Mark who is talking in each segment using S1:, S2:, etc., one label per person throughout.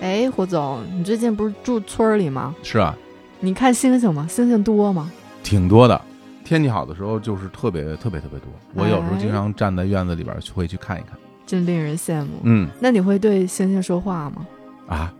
S1: 哎胡总，你最近不是住村儿里吗？
S2: 是啊，
S1: 你看星星吗？星星多吗？
S2: 挺多的。天气好的时候就是特别特别特别多，我有时候经常站在院子里边去会去看一看。
S1: 真令人羡慕。
S2: 嗯
S1: 那你会对星星说话吗？
S2: 啊，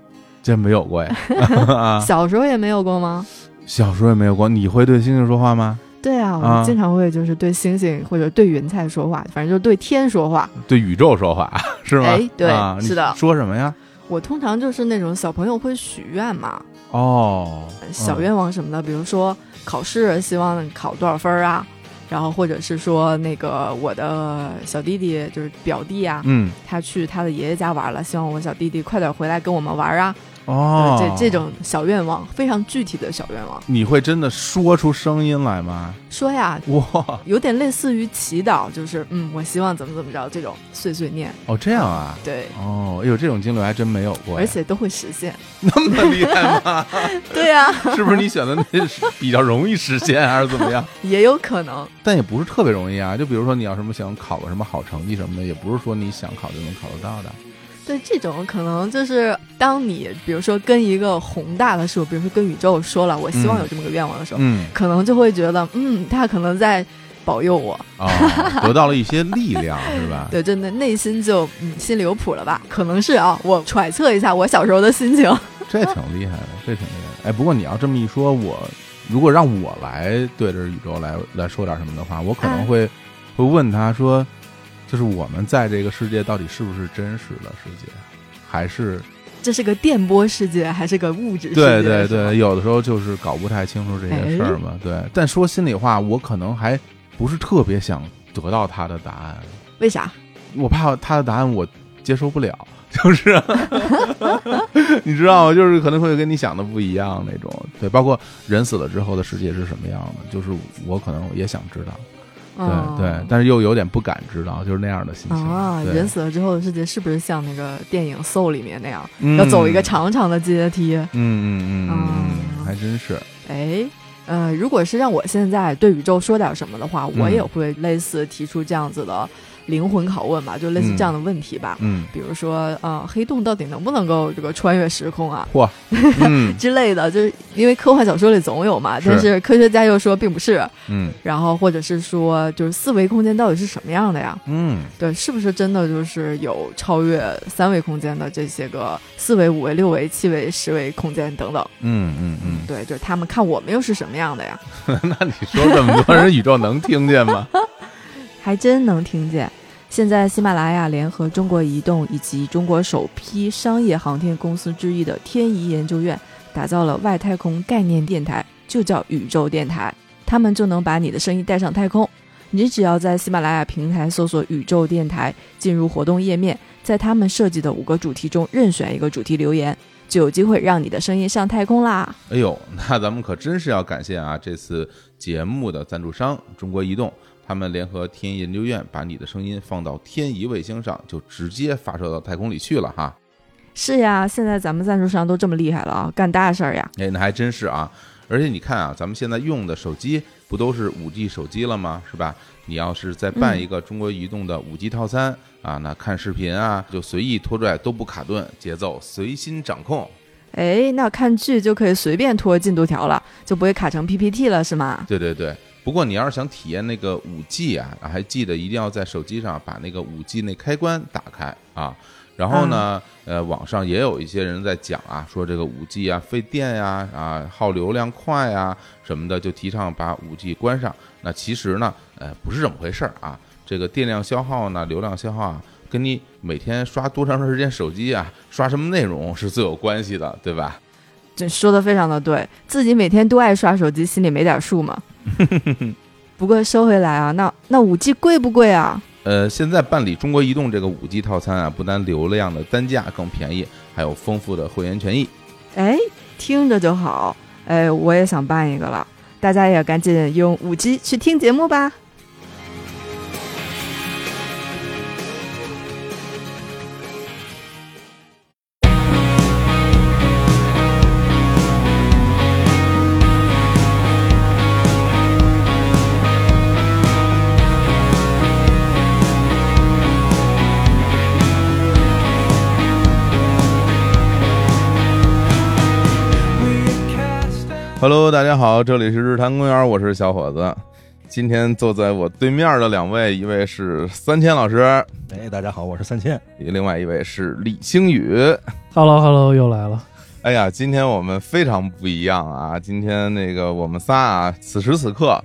S2: 真没有过呀。 啊
S1: 小时候也没有过吗？
S2: 小时候也没有过。你会对星星说话吗？
S1: 对啊，我
S2: 啊
S1: 们经常会就是对星星或者对云彩说话，反正就是对天说话。
S2: 对宇宙说话 是吗？
S1: 哎对
S2: 啊、你
S1: 是的
S2: 说什么呀？
S1: 我通常就是那种小朋友会许愿嘛，
S2: 哦，
S1: 小
S2: 嗯
S1: 愿望什么的，比如说考试希望考多少分儿啊，然后或者是说那个我的小弟弟就是表弟啊，
S2: 嗯
S1: 他去他的爷爷家玩了，希望我小弟弟快点回来跟我们玩啊，
S2: 哦，
S1: 呃这这种小愿望非常具体的小愿望，
S2: 你会真的说出声音来吗？
S1: 说呀。
S2: 哇
S1: 有点类似于祈祷，就是嗯，我希望怎么怎么着这种碎碎念，
S2: 哦，这样啊。
S1: 对，
S2: 哦，哎呦，这种经历还真没有过呀，
S1: 而且都会实现。
S2: 那么厉害吗？
S1: 对呀、
S2: 是不是你选的那是比较容易实现，还是怎么样？
S1: 也有可能。
S2: 但也不是特别容易啊。就比如说你要什么想考个什么好成绩什么的，也不是说你想考就能考得到的。
S1: 对这种可能就是，当你比如说跟一个宏大的事物，比如说跟宇宙说了我希望有这么个愿望的时候，
S2: 嗯
S1: 可能就会觉得，嗯，他可能在保佑我，
S2: 啊、 得到了一些力量，是吧？
S1: 对，真的内心就嗯心里有谱了吧？可能是啊，我揣测一下我小时候的心情，
S2: 这挺厉害的，这挺厉害的。哎，不过你要这么一说，我如果让我来对着宇宙来来说点什么的话，我可能会、会问他说，就是我们在这个世界到底是不是真实的世界，还是
S1: 这是个电波世界还是个物质世界？
S2: 对对
S1: 是哎吗
S2: 对，，有的时候就是搞不太清楚这些事儿嘛。对，但说心里话，我可能还不是特别想得到他的答案，
S1: 为啥？
S2: 我怕他的答案我接受不了， 就是你知道吗？就是可能会跟你想的不一样那种。对，包括人死了之后的世界是什么样的，就是我可能也想知道，
S1: 嗯
S2: 对对，但是又有点不敢知道，就是那样的心情
S1: 啊，
S2: 对
S1: 人死了之后的世界是不是像那个电影《Soul》里面那样，
S2: 嗯
S1: 要走一个长长的阶梯？
S2: 嗯嗯嗯嗯
S1: 啊
S2: 嗯，还真是，
S1: 哎，呃，如果是让我现在对宇宙说点什么的话，我
S2: 嗯
S1: 也会类似提出这样子的灵魂拷问吧，就类似
S2: 嗯
S1: 这样的问题吧。
S2: 嗯，
S1: 比如说，呃，黑洞到底能不能够这个穿越时空啊
S2: 嚯，嗯
S1: 之类的，就是因为科幻小说里总有嘛，
S2: 是
S1: 但是科学家又说并不是。
S2: 嗯
S1: 然后或者是说，就是四维空间到底是什么样的呀？
S2: 嗯。
S1: 对，是不是真的就是有超越三维空间的这些个四维、五维、六维、七维、十维空间等等？
S2: 嗯嗯嗯，
S1: 对，就是他们看我们又是什么样的呀？
S2: 那你说这么多人，宇宙能听见吗？
S1: 还真能听见。现在，喜马拉雅联合中国移动以及中国首批商业航天公司之一的天仪研究院，打造了外太空概念电台，就叫宇宙电台。他们就能把你的声音带上太空。你只要在喜马拉雅平台搜索“宇宙电台”，进入活动页面，在他们设计的五个主题中任选一个主题留言，就有机会让你的声音上太空啦！
S2: 哎呦，那咱们可真是要感谢啊，这次节目的赞助商中国移动，他们联合天仪研究院，把你的声音放到天仪卫星上，就直接发射到太空里去了哈。
S1: 是呀，现在咱们赞助商都这么厉害了啊，干大事儿呀！
S2: 哎，那还真是啊。而且你看啊，咱们现在用的手机不都是五 G 手机了吗？是吧？你要是再办一个中国移动的五 G 套餐、啊，那看视频啊，就随意拖拽都不卡顿，节奏随心掌控。
S1: 哎，那看剧就可以随便拖进度条了，就不会卡成 PPT 了，是吗？
S2: 对对对，不过你要是想体验那个五 G 啊，还记得一定要在手机上把那个五 G 那开关打开啊。然后呢，呃，网上也有一些人在讲啊，说这个五 G 啊费电呀、啊，耗流量快呀、什么的，就提倡把五 G 关上。那其实呢，呃，不是这么回事儿啊。这个电量消耗呢，流量消耗啊，跟你每天刷多长时间手机啊，刷什么内容是最有关系的，对吧？
S1: 这说的非常的对，自己每天都爱刷手机，心里没点数吗？不过收回来啊，那那五 G 贵不贵啊？
S2: 呃，现在办理中国移动这个五 G 套餐啊，不单流量的单价更便宜，还有丰富的会员权益。
S1: 哎，听着就好。哎，我也想办一个了，大家也赶紧用五 G 去听节目吧。
S2: Hello，大家好，这里是日坛公园，我是小伙子。今天坐在我对面的两位，一位是三千老师，
S3: 哎，大家好，我是三千。
S2: 另外一位是李星宇。
S4: Hello Hello，又来了。
S2: 哎呀，今天我们非常不一样啊！今天那个我们仨啊，此时此刻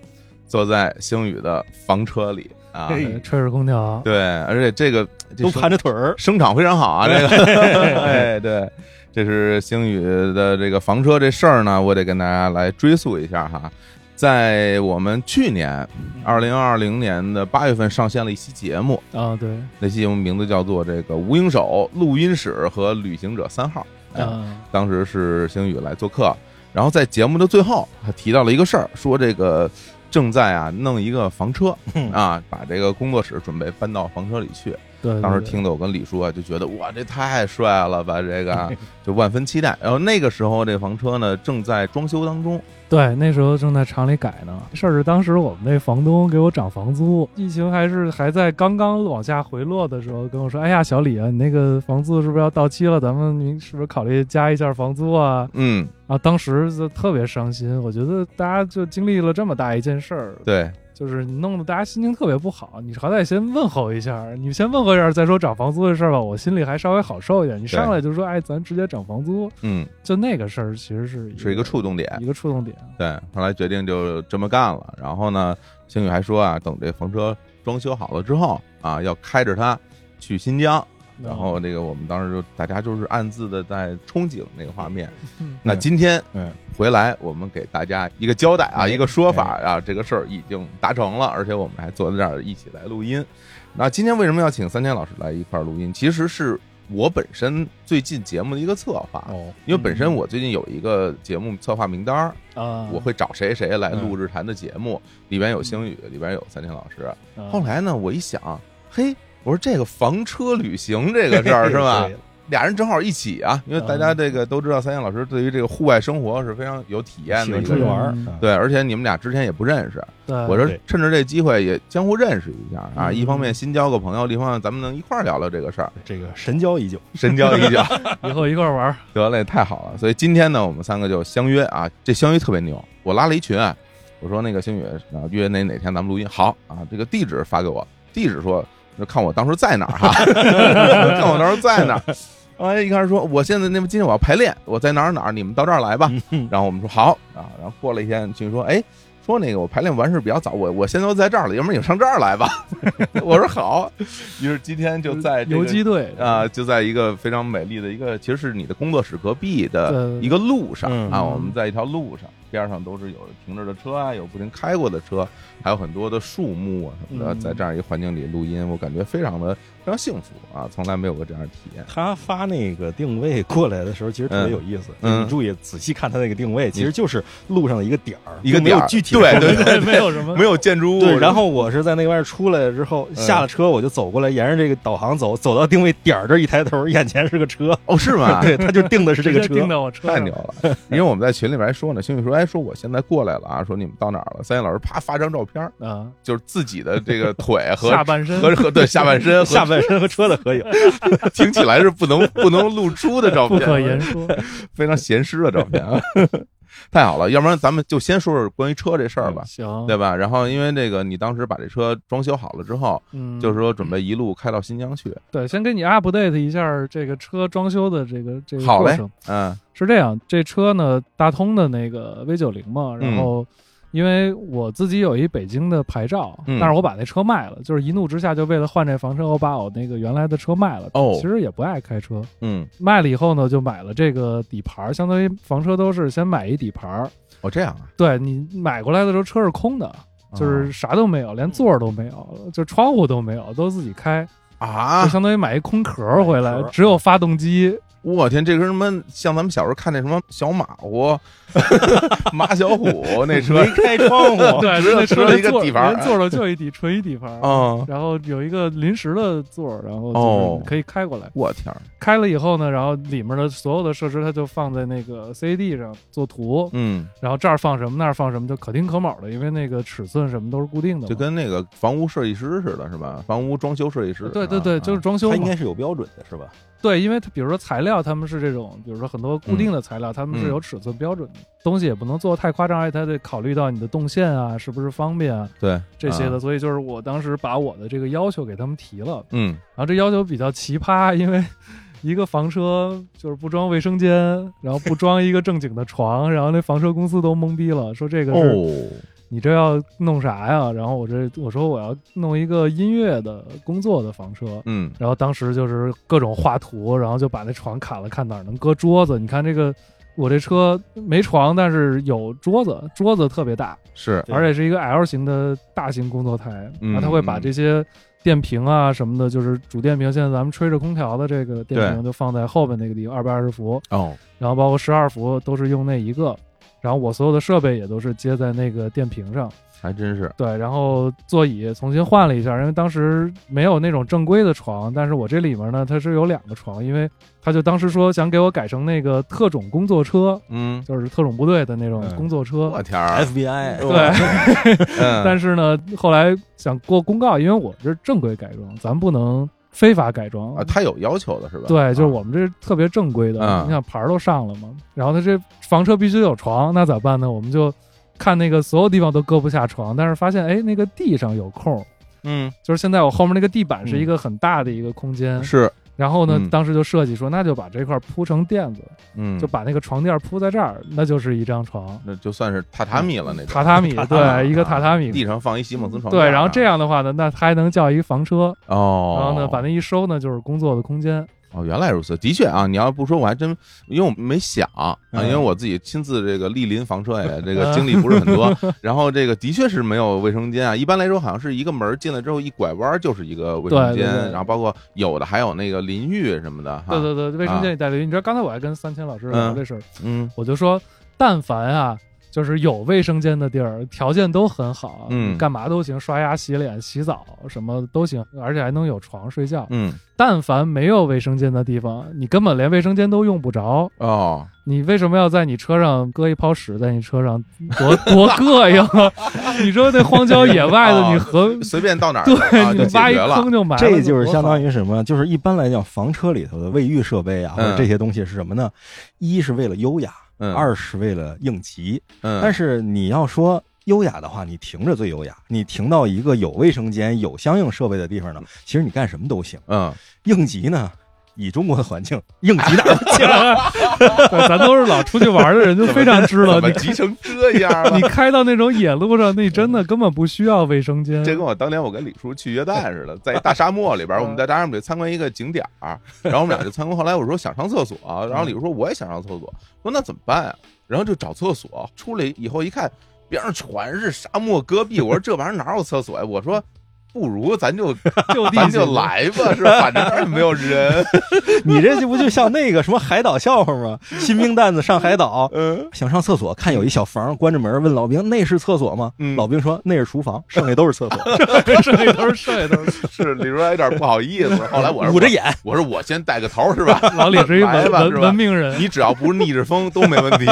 S2: 坐在星宇的房车里啊，
S3: 嘿
S4: 吹着哎空调，
S2: 对，而且这个这
S3: 都
S2: 声
S3: 盘着腿儿，
S2: 声场非常好啊，这个，哎，对，这是星宇的这个房车这事儿呢，我得跟大家来追溯一下哈。在我们去年二零二零年的八月份上线了一期节目，
S4: 啊，对，
S2: 那期节目名字叫做《这个无影手录音室和旅行者三号》哎
S4: 啊，
S2: 当时是星宇来做客，然后在节目的最后，他提到了一个事儿，说这个正在啊弄一个房车
S3: 嗯
S2: 啊，把这个工作室准备搬到房车里去。
S4: 对，
S2: 当时
S4: 对，
S2: 听的我跟李叔啊就觉得哇，这太帅了吧，这个啊就万分期待。然后那个时候这房车呢正在装修当中，
S4: 对，那时候正在厂里改呢。事儿是当时我们那房东给我涨房租，疫情还是还在刚刚往下回落的时候，跟我说：“哎呀，小李啊，你那个房租是不是要到期了？咱们您是不是考虑加一下房租啊
S2: 嗯，？”
S4: 啊，当时就特别伤心。我觉得大家就经历了这么大一件事儿，
S2: 对，
S4: 就是弄得大家心情特别不好。你好歹先问候一下，你先问候一下，再说涨房租的事儿吧，我心里还稍微好受一点。你上来就说，哎，咱直接涨房租，
S2: 嗯，
S4: 就那个事儿其实是
S2: 是一个触动点。
S4: 一个触动点。
S2: 对，后来决定就这么干了。然后呢，星宇还说啊，等这房车装修好了之后啊，要开着它去新疆。然后那个我们当时就大家就是暗自的在憧憬那个画面。
S4: 嗯
S2: 那今天
S3: 嗯，
S2: 回来，我们给大家一个交代啊，
S3: 哎
S2: 一个说法啊，这个事儿已经达成了，而且我们还坐在这儿一起来录音。那今天为什么要请三千老师来一块儿录音？其实是我本身最近节目的一个策划，
S3: 哦，
S2: 因为本身我最近有一个节目策划名单儿，
S3: 嗯
S4: 啊，
S2: 我会找谁谁来录日坛的节目，里边有星宇，里边有三千老师。
S3: 嗯
S4: 啊
S2: 后来呢，我一想，嘿，我说这个房车旅行这个事儿是吧？
S3: 对？
S2: 俩人正好一起啊，因为大家这个都知道，三燕老师对于这个户外生活是非常有体验
S3: 喜
S2: 的
S3: 欢
S2: 一
S3: 出
S2: 个
S3: 去
S2: 人。
S3: 玩儿
S4: 嗯，
S3: 啊
S2: 对，而且你们俩之前也不认识，
S4: 对
S2: 我说
S3: 对
S2: 趁着这机会也相互认识一下啊，
S4: 嗯
S2: 一方面新交个朋友，另一方面咱们能一块儿聊聊这个 事儿，
S3: 这个神交已久。
S2: 深交已久。
S4: 以后一块儿玩儿，
S2: 得嘞，太好了！所以今天呢，我们三个就相约啊，这相约特别牛。我拉了一群啊，我说那个星宇啊，约哪哪天咱们录音好啊，这个地址发给我，地址说就看我当时在哪儿哈、啊看我当时在哪儿。哎，一开始说我现在那么今天我要排练，我在哪儿哪儿，你们到这儿来吧。然后我们说好啊，然后过了一天，星宇说哎。说那个我排练完事比较早，我我现在都在这儿了，要不然你们上这儿来吧。 我说好，于是今天就在这
S4: 游
S2: 个
S4: 击队
S2: 啊，，就在一个非常美丽的一个，其实是你的工作室隔壁的
S4: 对
S2: 一个路上
S3: 嗯
S2: 啊，我们在一条路上，边上都是有停着的车啊，有不停开过的车，还有很多的树木啊什么的，
S4: 嗯
S2: 在这样一个环境里录音，我感觉非常的非常幸福啊，从来没有过这样的体验。
S3: 他发那个定位过来的时候，其实特别有意思。
S2: 嗯
S3: 你注意仔细看他那个定位，其实就是路上的一个点儿，
S2: 一个
S3: 就没
S2: 点
S3: 有
S2: 儿
S3: 具体
S2: 对
S3: 的
S2: 对
S4: 对，没有什 么
S2: 没有建筑物，
S3: 对，然后我是在那外面出来之后，
S2: 嗯
S3: 下了车我就走过来，沿着这个导航走，走到定位点儿这儿一抬头，眼前是个车，
S2: 哦是吗？
S3: 对，他就定的是 这个
S4: 直接
S3: 车
S4: 盯，到我车
S2: 太
S4: 上
S2: 牛了！因为我们在群里边还说呢，星宇说：“哎，说我现在过来了啊，说你们到哪儿了？”三叶老师啪发张照片，
S4: 啊，
S2: 就是自己的这个腿 和
S4: 下半身
S2: 和和对下半身和
S3: 下半身和车的合影，
S2: 听起来是不能不能露出的照
S4: 不
S2: 片，
S4: 可 言说，
S2: 非常闲适的照片啊！ 太好了，要不然咱们就先说说关于车这事儿吧，
S4: 行，
S2: 对吧？然后因为那个你当时把这车装修好了之后，
S4: 嗯，
S2: 就是说准备一路开到新疆去，
S4: 对，先给你 update 一下这个车装修的这个这个
S2: 好
S4: 过
S2: 嘞
S4: 程。
S2: 嗯
S4: 是这样，这车呢，大通的那个 V 九零嘛，
S2: 嗯
S4: 然后因为我自己有一北京的牌照，
S2: 嗯
S4: 但是我把那车卖了，就是一怒之下就为了换这房车，我把我那个原来的车卖了。
S2: 哦
S4: 其实也不爱开车，
S2: 嗯，
S4: 卖了以后呢，就买了这个底盘，相当于房车都是先买一底盘。
S2: 哦这样啊，
S4: 对你买过来的时候车是空的，
S2: 哦
S4: 就是啥都没有，连座儿都没有，就窗户都没有，都自己开，
S2: 啊
S4: 就，相当于买一空壳儿回
S3: 买
S4: 来
S3: 壳儿，
S4: 只有发动机。
S2: 我天，这跟什么像咱们小时候看那什么小马 虎、马小虎那车
S3: 没，开窗 户，
S4: 对，
S2: 哦只有
S4: 那
S2: 只有
S4: 车连
S2: 一个
S4: 座儿
S2: 底盘儿
S4: 连座儿都就一底，纯一底盘儿。
S2: 嗯，
S4: 然后有一个临时的座儿，然后
S2: 哦
S4: 就是可以开过来。
S2: 我天儿，
S4: 开了以后呢，然后里面的所有的设施它就放在那个 CAD 上做图，
S2: 嗯，
S4: 然后这儿放什么那儿放什么，就可丁可卯的，因为那个尺寸什么都是固定的嘛。
S2: 就跟那个房屋设计师似的，是吧？房屋装修设计师，
S4: 对对
S2: 啊
S4: 对，就是装修
S3: 他应
S4: 嘛
S3: 该。是有标准的，是吧？
S4: 对，因为它比如说材料，他们是这种，比如说很多固定的材
S2: 嗯
S4: 料，他们是有尺寸标准的，东西也不能做太夸张，而且它得考虑到你的动线啊，是不是方便啊
S2: 对
S4: 这些的。
S2: 啊
S4: 所以就是我当时把我的这个要求给他们提了，
S2: 嗯
S4: 然后这要求比较奇葩， 因为一个房车就是不装卫生间，然后不装一个正经的床， 然后那房车公司都懵逼了，说这个是
S2: 哦
S4: 你这要弄啥呀？然后我这我说我要弄一个音乐的工作的房车，
S2: 嗯
S4: 然后当时就是各种画图，然后就把那床砍了，看哪儿能搁桌子。你看这个，我这车没床，但是有桌子，桌子特别大，
S2: 是
S3: 对
S4: 而且是一个 L 型的大型工作台，
S2: 嗯
S4: 然后他会把这些电瓶啊什么的，就是主电瓶，现在咱们吹着空调的这个电瓶就放在后边那个地方，二百二十伏，
S2: 哦
S4: 然后包括十二伏都是用那一个。然后我所有的设备也都是接在那个电瓶上，
S2: 还真是
S4: 对，然后座椅重新换了一下，因为当时没有那种正规的床，但是我这里面呢，它是有两个床，因为他就当时说想给我改成那个特种工作车，
S2: 嗯
S4: 就是特种部队的那种
S3: 嗯
S4: 工作车。
S2: 我天儿
S3: FBI
S4: 对，
S2: 啊嗯
S4: 哎但是呢，后来想过公告，因为我这是正规改装，咱不能非法改装
S2: 啊他有要求的是吧？
S4: 对，就
S2: 啊
S4: 是我们这是特别正规的，
S2: 嗯
S4: 你想牌儿都上了嘛，然后他这房车必须有床，那咋办呢？我们就看那个所有地方都搁不下床，但是发现哎，那个地上有空，
S2: 嗯
S4: 就是现在我后面那个地板是一个很大的一个空间，
S2: 是
S4: 然后呢，
S2: 嗯
S4: 当时就设计说，那就把这块儿铺成垫子，
S2: 嗯
S4: 就把那个床垫铺在这儿，那就是一张床，
S2: 那就算是榻 榻米了那种
S4: 嗯榻榻米，
S3: 榻榻
S4: 对，
S2: 米
S4: 一个 榻榻米。
S2: 地上放一席梦思床
S4: 对，
S2: 垫儿
S4: 然后这
S2: 啊
S4: 样的话呢，那它还能叫一房车，
S2: 哦，
S4: 然后呢，把那一收呢，就是工作的空间。
S2: 哦，原来如此，的确啊，你要不说我还真，因为我没想啊，
S3: 嗯
S2: 因为我自己亲自这个莅临房车也这
S4: 嗯
S2: 个经历不是很 多，然后这个的确是没有卫生间啊，一般来说好像是一个门儿进来之后一拐弯儿就是一个卫生
S4: 对对
S2: 间，
S4: 对
S2: 然后包括有的还有那个淋浴什么的哈，
S4: 对对对，卫生间里带淋浴。你知道刚才我还跟三千老师聊
S2: 嗯
S4: 这事儿，
S2: 嗯
S4: 我就说，但凡啊，就是有卫生间的地儿，条件都很好，
S2: 嗯
S4: 干嘛都行，刷牙、洗脸、洗澡什么都行，而且还能有床睡觉。
S2: 嗯
S4: 但凡没有卫生间的地方，你根本连卫生间都用不着，
S2: 哦，
S4: 你为什么要在你车上搁一泡屎在你车上， 多多膈应啊！你说那荒郊野外的，
S2: 哦
S4: 你何
S2: 随便到哪儿啊
S4: 对
S2: 就
S4: 你
S2: 解
S4: 挖一
S2: 决了
S4: 坑，就埋了，
S3: 这就是相当
S4: 于
S3: 于什么？就是一般来讲，房车里头的卫浴设备啊，或
S2: 嗯
S3: 者这些东西是什么呢？一是为了优雅，
S2: 嗯，
S3: 二是为了应急。
S2: 嗯，
S3: 但是你要说优雅的话，你停着最优雅。你停到一个有卫生间、有相应设备的地方呢，其实你干什么都行。
S2: 嗯
S3: 应急呢，以中国的环境，应急哪儿都行。
S4: 对咱都是老出去玩的人，就非常知道
S2: 怎么
S4: 你。
S2: 急成这样了
S4: 你？开到那种野路上，那真的根本不需要卫生间。
S2: 这跟我当年我跟李叔去约旦似的，在一大沙漠里边，我们在大沙漠里参观一个景点儿，然后我们俩就参观。后来我说想上厕所、然后李叔说我也想上厕所，我说那怎么办啊？然后就找厕所，出来以后一看，边上全是沙漠戈壁，我说这玩意儿哪有厕所呀、我说。不如咱 就
S4: 就地
S2: 咱
S4: 解决
S2: 就，来吧，是吧？反正那儿也没有人。
S3: 你这就不就像那个什么海岛笑话吗？新兵蛋子上海岛，
S2: 嗯，
S3: 想上厕所，看有一小房，关着门，问老兵那是厕所吗？
S2: 嗯
S3: 老兵说那是厨房，剩下都是厕所，
S4: 剩下 都是剩下都是。
S2: 是李叔还有点不好意思。后来我说
S3: 捂着，眼。
S2: 我说我先带个头，是吧？
S4: 老李是一
S2: 来
S4: 文
S2: 吧是
S4: 文
S2: 吧
S4: 文 明人，
S2: 你只要不是逆着风都没问 题。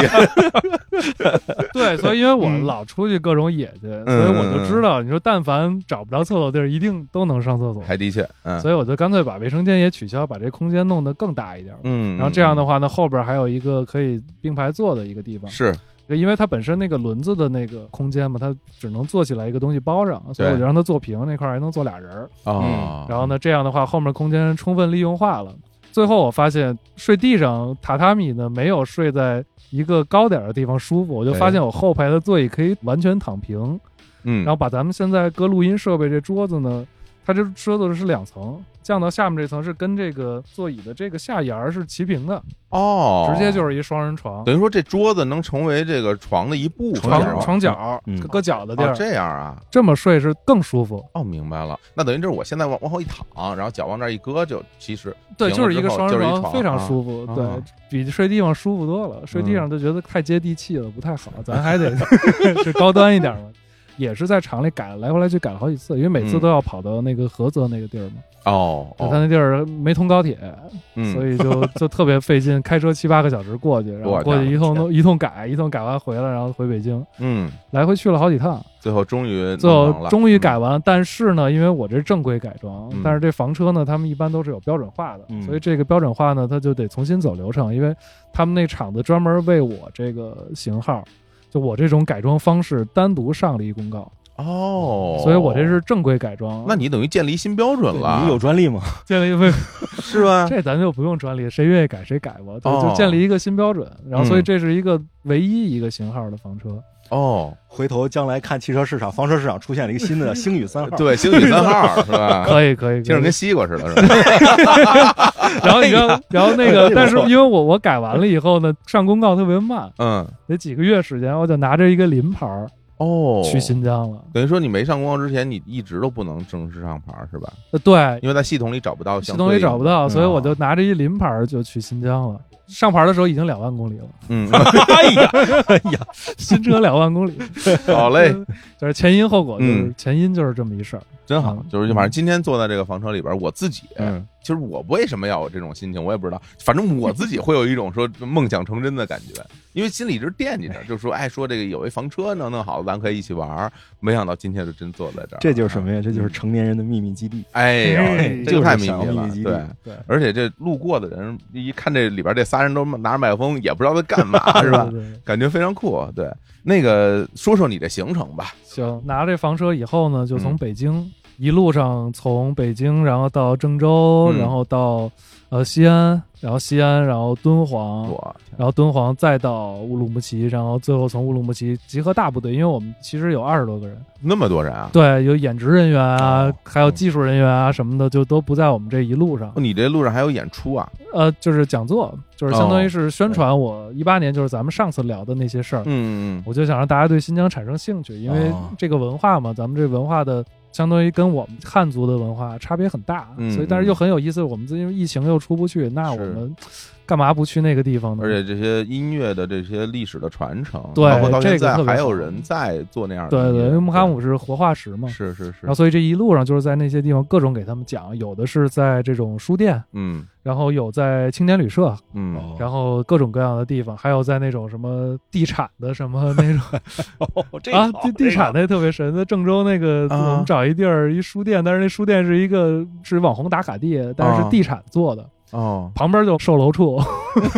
S4: 对，所以因为我
S2: 嗯
S4: 老出去各种野去，所以我就知道，你说但凡找不着厕所地儿，一定都能上厕所。
S2: 还的确，嗯
S4: 所以我就干脆把卫生间也取消，把这空间弄得更大一点。
S2: 嗯。
S4: 然后这样的话呢，后边还有一个可以并排坐的一个地方，
S2: 是
S4: 因为它本身那个轮子的那个空间嘛，它只能坐起来一个东西包上，所以我就让它坐平，那块儿还能坐俩人儿。
S2: 哦，
S4: 嗯然后呢，这样的话后面空间充分利用化了。最后我发现睡地上榻榻米呢，没有睡在一个高点儿的地方舒服，我就
S2: 哎
S4: 发现我后排的座椅可以完全躺平，
S2: 嗯，
S4: 然后把咱们现在搁录音设备这桌子呢，它这桌子是两层，降到下面这层是跟这个座椅的这个下沿儿是齐平的，
S2: 哦，
S4: 直接就是一双人床，
S2: 等于说这桌子能成为这个床的一部分，
S3: 床
S2: 是
S4: 床
S2: 吧
S4: 床角
S3: 嗯
S4: 搁脚的地
S2: 哦
S4: 儿，
S2: 这样啊，
S4: 这么睡是更舒服。
S2: 哦，明白了，那等于就是我现在往往后一躺，然后脚往那儿一搁，就其实
S4: 对，
S2: 平
S4: 就
S2: 了
S4: 是一
S2: 之
S4: 个
S2: 后
S4: 双
S2: 就是一
S4: 人
S2: 床
S4: 非常
S2: 啊
S4: 舒服，
S2: 啊嗯
S4: 对比睡地方舒服多了。睡地上就觉得太接地气了，不太好，咱还得就高端一点嘛。也是在厂里改了，来回来去改了好几次，因为每次
S2: 嗯
S4: 都要跑到那个菏泽那个地儿嘛。
S2: 哦
S4: 就他
S2: 哦，
S4: 那地儿没通高铁，
S2: 嗯
S4: 所 以就就特别费劲，开车七八个小时过去，然
S2: 我
S4: 后
S2: 的
S4: 过去一通
S2: 天
S4: 弄一通改，一通改完回来，然后回北京，
S2: 嗯，
S4: 来回去了好几趟，
S2: 最后终于
S4: 最
S2: 弄完
S4: 后
S2: 了
S4: 终于改完了。但是呢，因为我这是正规改装，
S2: 嗯
S4: 但是这房车呢，他们一般都是有标准化的，
S3: 嗯
S4: 所以这个标准化呢，他就得重新走流程，因为他们那厂子专门为我这个型号。就我这种改装方式，单独上了一公告，
S2: 嗯哦，
S4: 所以我这是正规改装。
S2: 那你等于建立一新标准了，
S3: 你有专利吗？
S4: 建了一个
S2: 是吧？
S4: 这咱就不用专利，谁愿意改谁改吧，对，
S2: 哦
S4: 就建立一个新标准。然后，所以
S2: 嗯
S4: 这是一个唯一一个型号的房车。
S2: 哦，
S3: 回头将来看汽车市场、房车市场出现了一个新的星宇三号，，
S2: 对，星宇三号是吧？
S4: 可以，可以，
S2: 啊听着
S4: 可以
S2: 跟哎西瓜似的，是吧？
S4: 然后你知 道，然后那个，但是
S3: 哎呦
S4: 因为我我改完了以后呢，上公告特别慢，
S2: 嗯，
S4: 得几个月时间，我就拿着一个临牌儿
S2: 哦，
S4: 去新疆了。
S2: 等于说你没上公告之前，你一直都不能正式上牌是吧？
S4: 呃对，
S2: 因为在系统里找不到
S4: 系
S2: 相对
S4: 统
S2: 应，
S4: 也找不到，所以我就
S2: 嗯
S4: 拿着一临牌儿就去新疆了。上牌儿的时候已经两万公里了，
S2: 嗯，
S3: 哎呀，哎呀，
S4: 新车两万公里，
S2: 好
S4: 嗯
S2: 嘞，
S4: 就是前因后果，就是
S2: 嗯
S4: 前因就是这么一事儿。
S2: 真好
S4: 嗯，
S2: 就是反正今天坐在这个房车里边，我自己。
S3: 嗯，
S2: 其实我为什么要有这种心情，我也不知道。反正我自己会有一种说梦想成真的感觉，因为心里一直惦记着，就说哎，说这个有一房车能弄好了，咱可以一起玩儿。没想到今天就真坐在这儿，
S3: 这就是什么呀？这就是成年人的秘密基地。
S2: 哎呦，
S4: 哎
S2: 这个太秘
S3: 就是小
S2: 密
S3: 秘密
S2: 了，
S3: 基地
S2: 对。
S4: 对，
S2: 而且这路过的人一看这里边这仨人都拿着麦克风，也不知道在干嘛，是吧
S4: 对？？对对
S2: 感觉非常酷。对，那个说说你的行程吧。
S4: 行，拿这房车以后呢，就从
S2: 嗯
S4: 北京、一路上从北京，然后到郑州，
S2: 嗯
S4: 然后到呃西安，然后西安，然后敦煌，
S2: 我
S4: 然后敦煌再到乌鲁木齐，然后最后从乌鲁木齐集合大部队，因为我们其实有二十多个人，
S2: 那么多人啊！
S4: 对，有演职人员啊，
S2: 哦
S4: 还有技术人员啊什么的，就都不在我们这一路上
S2: 哦。你这路上还有演出啊？
S4: 呃，就是讲座，就是相当于
S2: 哦
S4: 是宣传我一八年就是咱们上次聊的那些事儿，
S2: 嗯嗯
S4: 我就想让大家对新疆产生兴趣，因为
S3: 哦
S4: 这个文化嘛，咱们这文化的相当于跟我们汉族的文化差别很大，
S2: 嗯
S4: 所以但是又很有意思。我们最近疫情又出不去，那我
S2: 是
S4: 们干嘛不去那个地方呢？
S2: 而且这些音乐的这些历史的传承，
S4: 嗯对
S2: 包括到现
S4: 这个
S2: 在
S4: 特别
S2: 还有
S4: 好
S2: 人在做那样的音
S4: 对
S2: 乐。
S4: 对，因为穆罕姆是活化石嘛
S2: 对。是是是
S4: 然后，，所以这一路上就是在那些地方各种给他们讲，有的是在这种书店，
S2: 嗯
S4: 然后有在青年旅社，
S2: 嗯，
S4: 然后各种各样的地方，还有在那种什么地产的什么那种
S3: 后这
S4: 啊， 地地产那特别神，在郑州那个、
S2: 啊
S4: 我们找一地儿一书店，但是那书店是一个是网红打卡地，但是
S2: 啊
S4: 是地产做的，
S2: 哦，
S4: 旁边就售楼处，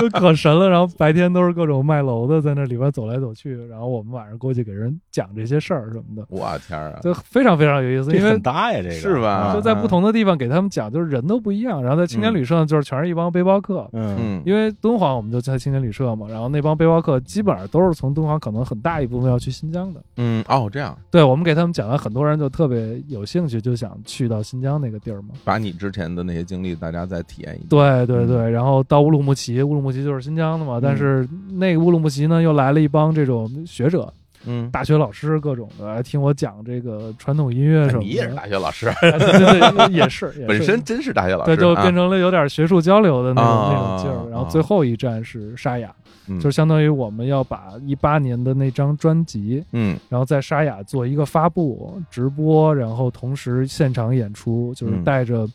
S4: 就可神了。然后白天都是各种卖楼的在那里边走来走去，然后我们晚上过去给人讲这些事儿什么的，
S2: 我天儿啊！啊
S4: 就非常非常有意思，
S3: 这
S4: 因为
S3: 很。大呀，这个
S2: 是吧
S4: 就在不同的地方给他们讲，就是人都不一样。然后在青年旅社呢，就是全是一帮背包客，
S3: 嗯，
S2: 嗯，
S4: 因为敦煌我们就在青年旅社嘛，然后那帮背包客基本上都是从敦煌，可能很大一部分要去新疆的。
S2: 嗯哦，这样
S4: 对我们给他们讲了，很多人就特别有兴趣，就想去到新疆那个地儿嘛。
S2: 把你之前的那些经历，大家再体验一遍。
S4: 对对对，然后到乌鲁木齐，乌鲁木齐就是新疆的嘛，但是那个乌鲁木齐呢，又来了一帮这种学者、
S2: 嗯，
S4: 大学老师各种的，来听我讲这个传统音乐什么
S2: 哎
S4: 的。
S2: 你也是大学老师，
S4: 对对对，也是也 是
S2: 本身真是大学老师，
S4: 对，就变
S2: 啊
S4: 成了有点学术交流的那种、
S2: 啊
S4: 那种劲儿。然
S2: 啊
S4: 后最后一站是沙雅，
S2: 嗯
S4: 就是相当于我们要把一八年的那张专辑，
S2: 嗯
S4: 然后在沙雅做一个发布直播，然后同时现场演出，就是
S2: 嗯
S4: 带着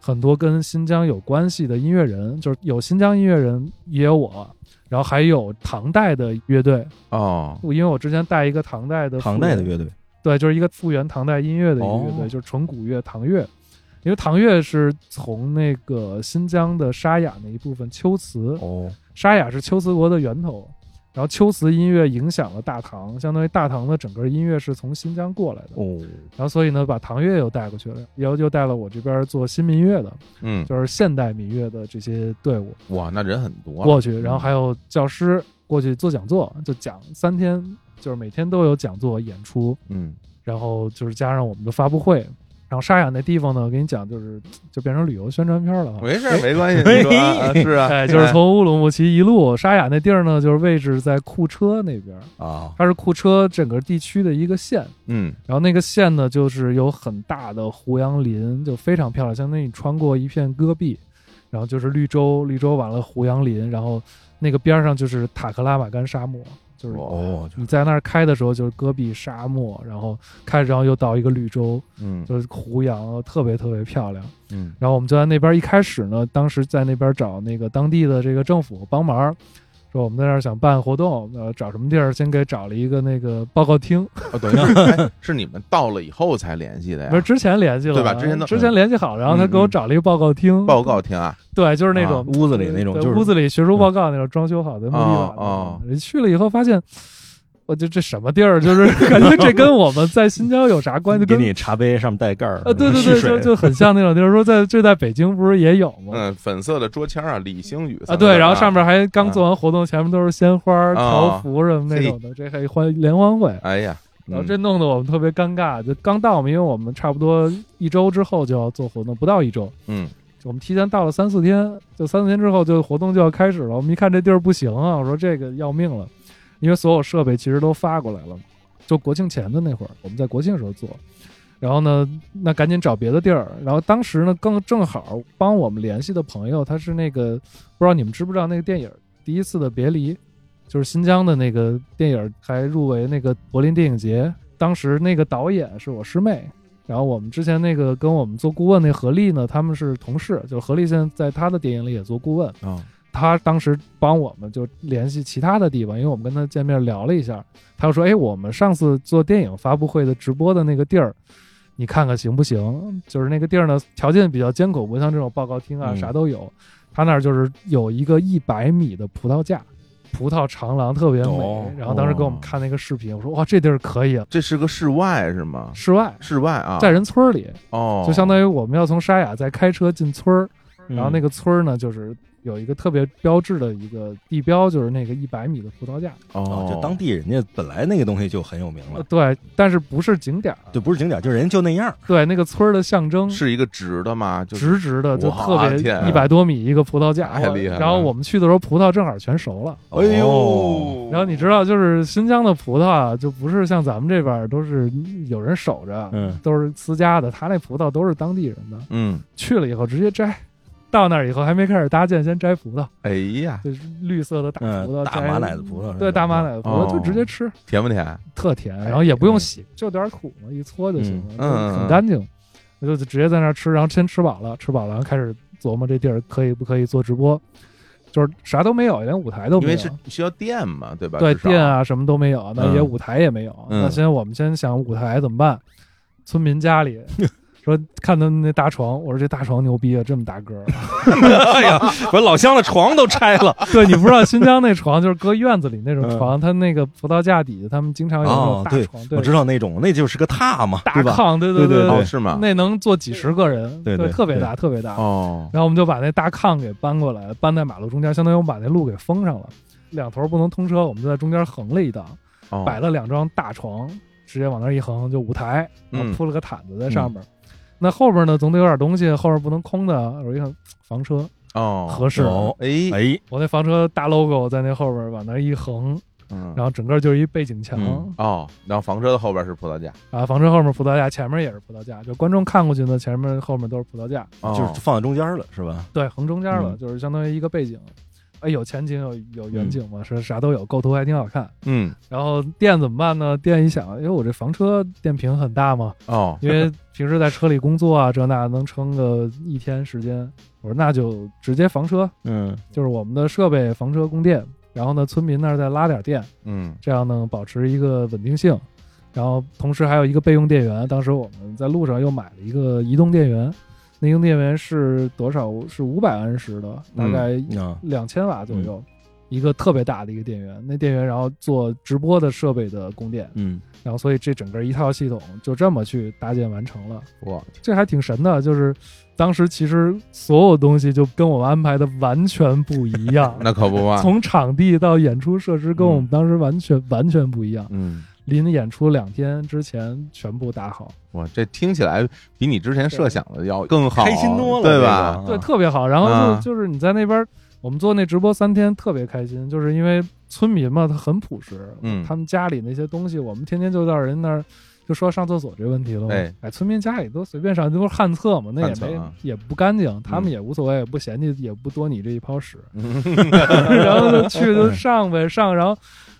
S4: 很多跟新疆有关系的音乐人，就是有新疆音乐人，也有我。然后还有唐代的乐队，
S2: 哦
S4: 因为我之前带一个唐代的
S3: 唐代的
S4: 乐，
S3: 乐队，
S4: 对，就是一个复原唐代音乐的一个乐队，
S2: 哦
S4: 就是纯古乐唐乐。因为唐乐是从那个新疆的沙雅那一部分秋词，
S2: 哦
S4: 沙雅是秋词国的源头，然后秋词音乐影响了大唐，相当于大唐的整个音乐是从新疆过来的，
S3: 哦，
S4: 然后所以呢，把唐乐又带过去了，然后又带了我这边做新民乐的，
S2: 嗯，
S4: 就是现代民乐的这些队伍
S2: 哇，那人很多啊，
S4: 过去，然后还有教师过去做讲座，就讲三天，就是每天都有讲座演出，
S2: 嗯
S4: 然后就是加上我们的发布会，然后沙雅那地方呢，我跟你讲，就是就变成旅游宣传片了啊。
S2: 没事儿，没关系，你说啊是啊，
S4: 哎，就是从乌鲁木齐一路沙雅那地儿呢，就是位置在库车那边，
S2: 啊，
S4: 它是库车整个地区的一个县。
S2: 嗯
S4: 然后那个县呢，就是有很大的胡杨林，就非常漂亮，相当于你穿过一片戈壁，然后就是绿洲，绿洲完了胡杨林，然后那个边儿上就是塔克拉玛干沙漠，就是
S3: 哦，
S4: 你在那儿开的时候就是戈壁沙漠，然后开，然后又到一个绿洲，
S3: 嗯
S4: 就是胡杨，特别特别漂亮。
S3: 嗯
S4: 然后我们就在那边一开始呢，当时在那边找那个当地的这个政府帮忙，说我们在那儿想办活动，呃，找什么地儿，先给找了一个那个报告厅，
S2: 哦，等于是 哎是你们到了以后才联系的
S4: 不是
S2: 哎呀？
S4: 之前联系了，
S2: 对吧之前都
S4: 之前联系好，然后他给我找了一个报告厅，
S2: 报告厅啊，
S4: 对，就是那种、
S2: 啊
S3: 屋子里那种
S4: 对
S3: 就是
S4: 屋子里学术报告那种装修好的木地板的
S2: 哦
S4: 那种，去了以后发现。我就这什么地儿，就是 感觉这跟我们在新疆有啥关系？
S3: 给
S4: 跟
S3: 你茶杯上面带盖儿
S4: 啊，对对
S3: 蓄
S4: 对，
S3: 水
S4: 就就很像那种地儿。说在这在北京不是也有吗？
S2: 嗯，粉色的桌签啊，李星宇
S4: 啊，对，然后上面还刚做完活动，前面都是鲜花、
S2: 嗯啊
S4: 条幅什么那种的，这还欢联欢会，啊
S2: 哎呀，
S4: 然后
S2: 嗯
S4: 这弄得我们特别尴尬。就刚到我们，因为我们差不多一周之后就要做活动，不到一周，
S2: 嗯，
S4: 我们提前到了三四天，就三四天之后就活动就要开始了。我们一看这地儿不行啊，我说这个要命了，因为所有设备其实都发过来了，就国庆前的那会儿，我们在国庆时候做。然后呢，那赶紧找别的地儿。然后当时呢，更正好帮我们联系的朋友，他是那个不知道你们知不知道那个电影《第一次的别离》，就是新疆的那个电影，还入围那个柏林电影节。当时那个导演是我师妹，然后我们之前那个跟我们做顾问那何丽呢，他们是同事，就是何丽现在在她的电影里也做顾问，
S3: 啊，
S4: 她当时帮我们就联系其他的地方，因为我们跟她见面聊了一下，她就说：“哎，我们上次做电影发布会的直播的那个地儿，你看看行不行？就是那个地儿呢，条件比较艰苦，不像这种报告厅啊
S3: 嗯
S4: 啥都有，她那儿就是有一个一百米的葡萄架。”葡萄长廊特别美，
S3: 哦
S4: 然后当时给我们看那个视频，我说哇，这地儿可以，
S2: 这是个室外是吗？
S4: 室外
S2: 室外啊，
S4: 在人村儿里，
S2: 哦，嗯
S4: 就相当于我们要从沙雅再开车进村儿，然后那
S3: 个
S4: 个村儿呢，就是有一个特别标志的一个地标，就是那个一百米的葡萄架。
S2: 哦，
S3: 就当地人家本来那个东西就很有名
S4: 呃
S3: 了，
S4: 对，但是不是景点儿，
S3: 就不是景点，就是人家就那样儿，
S4: 对，那个村儿的象征。
S2: 是一个直的吗？就是
S4: 直直的，就
S2: 哇
S4: 特别
S2: 天啊
S4: 一百多米一个葡萄架，
S2: 太厉害了
S4: 然后我们去的时候，葡萄正好全熟了。
S2: 哎
S3: 哦
S2: 呦，
S4: 然后你知道，就是新疆的葡萄啊，就不是像咱们这边儿都是有人守着，
S3: 嗯，
S4: 都是私家的，他那葡萄都是当地人的。
S2: 嗯，
S4: 去了以后直接摘，到那儿以后还没开始搭建，先摘葡萄。
S2: 哎呀，
S4: 就是绿色的大葡萄
S3: 嗯，，大
S4: 摘
S3: 马奶子葡萄是吧，
S4: 对大马奶的葡萄
S2: 哦
S4: 就直接吃，
S2: 甜不甜？
S4: 特甜，
S3: 哎
S4: 然后也不用洗，就点儿苦嘛，一搓就行了，
S2: 嗯嗯
S4: 就很干净。我就直接在那儿吃，然后先吃饱了，吃饱了，然后开始琢磨这地儿可以不可以做直播，就是啥都没有，连舞台都
S2: 因
S4: 没
S2: 为
S4: 有。
S2: 是需要电嘛，对吧？
S4: 对
S2: 至少
S4: 店，啊什么都没有，那也
S3: 嗯
S4: 舞台也没有。
S2: 嗯
S4: 那先我们先想舞台怎么办？村民 家里说看他们那大床，我说这大床牛逼啊，这么大 个儿。
S3: 哎呀， 把老乡的床都拆了，
S4: 对你不知道新疆那床就是搁院子里那种床，它那个葡萄架底下，他们经常有那种
S3: 嗯哦
S4: 大
S3: 对
S4: 床，对
S3: 我，知道那种，那就是个榻嘛，
S4: 大
S3: 对吧？
S4: 炕，对
S3: 对
S4: 对
S3: 对
S2: 哦，
S3: 对
S2: 是吗？
S4: 那能坐几十个人，
S3: 对对
S4: 特别大，特别大。
S2: 哦，
S4: 然后我们就把那大炕给搬过来，搬在马路中间，相当于我们把那路给封上了，两头不能通车，我们就在中间横了一档，
S2: 哦
S4: 摆了两张大床，直接往那儿一横，就舞台，然后
S2: 嗯
S4: 铺了个毯子在上面。那后边呢，总得有点东西，后边不能空的。我一看，房车
S2: 哦，
S4: 合适，
S3: 哦，
S2: 哎，
S3: 哎，
S4: 我那房车大 logo 在那后边往那一横，
S2: 嗯，
S4: 然后整个就是一背景墙、
S3: 嗯
S2: 哦，然后房车的后边是葡萄架，
S4: 啊，房车后面葡萄架，前面也是葡萄架，就观众看过去呢，前面后面都是葡萄架，
S2: 哦
S3: 就是放在中间了，是吧？
S4: 对，横中间了，
S3: 嗯
S4: 就是相当于一个背景，哎，有前景有有远景嘛，是啥都有，构图还挺好看。
S2: 嗯，
S4: 然后店怎么办呢？店一想，因哎为我这房车电瓶很大嘛，
S2: 哦，
S4: 因为平时在车里工作啊，这那能撑个一天时间，我说那就直接房车，
S3: 嗯，
S4: 就是我们的设备房车供电，然后呢，村民那儿再拉点电，
S2: 嗯，
S4: 这样呢保持一个稳定性。然后同时还有一个备用电源，当时我们在路上又买了一个移动电源，那移动电源是多少？是五百安时的，大
S2: 嗯
S4: 概
S3: 啊，
S4: 两千瓦左右，一个特别大的一个电源。那电源然后做直播的设备的供电，
S3: 嗯，
S4: 然后所以这整个一套系统就这么去搭建完成了。
S2: 我，
S4: 这还挺神的，就是当时其实所有东西就跟我们安排的完全不一样
S2: 那啊可不嘛，
S4: 从场地到演出设施跟我们当时完全、完全不一样。
S2: 嗯。
S4: 临演出两天之前全部打好，
S2: 哇，这听起来比你之前设想的要更好，
S3: 开心多了，
S2: 对吧？
S4: 对，
S3: 这个？
S4: 特别好。然后就、
S2: 啊
S4: 就是你在那边，我们做那直播三天特别开心，就是因为村民嘛，他很朴实，
S2: 嗯
S4: 他们家里那些东西，我们天天就到人那儿。就说上厕所这问题了嘛，
S2: 哎
S4: 村民家里都随便上，都是旱厕嘛，那也
S2: 旱厕
S4: 没、
S2: 啊
S4: 也不干净，他们也无所谓，也不嫌弃，也不多你这一泡屎，
S2: 嗯
S4: 然后就去就上呗，上，然后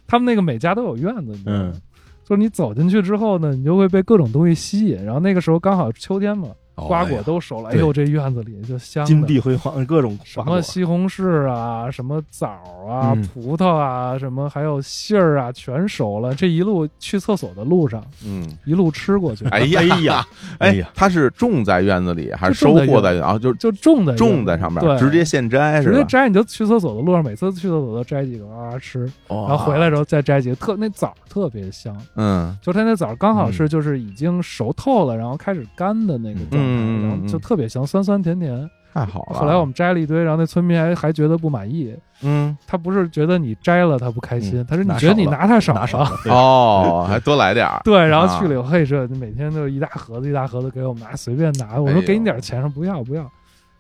S4: 他们那个每家都有院子，你知道吗
S3: 嗯？
S4: 就是你走进去之后呢，你就会被各种东西吸引。然后那个时候刚好秋天嘛，瓜
S2: 哦
S4: 果都熟了，哎
S3: 哦对
S4: 呦，这院子里就香
S3: 金
S4: 的
S3: 碧辉煌，各种
S4: 什
S3: 瓜果
S4: 么，西红柿啊，什么枣啊，
S3: 嗯
S4: 葡萄啊，什么还有杏儿啊，全熟了。这一路去厕所的路上，
S2: 嗯，
S4: 一路吃过 去，
S2: 哎呀
S3: 哎呀，哎
S2: 哎
S3: 呀，
S2: 它是种在院子里还是
S4: 就
S2: 收
S4: 种在
S2: 获在院啊？就是
S4: 就种在
S2: 种在上面，
S4: 对
S2: 直接现摘是
S4: 直接
S2: 吧？
S4: 摘，你就去厕所的路上，每次去厕所都摘几个啊吃，
S2: 然
S4: 然后回来，之后再摘几个，特那枣特别香，
S2: 嗯
S4: 就它那枣刚好
S3: 嗯
S4: 是就是已经熟透了，然后开始干的那个状态，
S2: 嗯嗯嗯
S4: 然后就特别香，酸酸甜甜。
S2: 太好了。
S4: 后来我们摘了一堆，然后那村民还还觉得不满意，
S2: 嗯
S4: 他不是觉得你摘了他不开心，
S3: 嗯
S4: 他是你
S3: 拿
S4: 觉得你
S3: 少了
S4: 拿太 少
S3: 拿少了，
S2: 哦，还多来点儿。
S4: 对，然后去了以后，嘿，这每天就一大盒子一大盒子给我们拿，随便拿。我
S2: 哎
S4: 说
S2: 呦
S4: 给你点钱，说不要不要，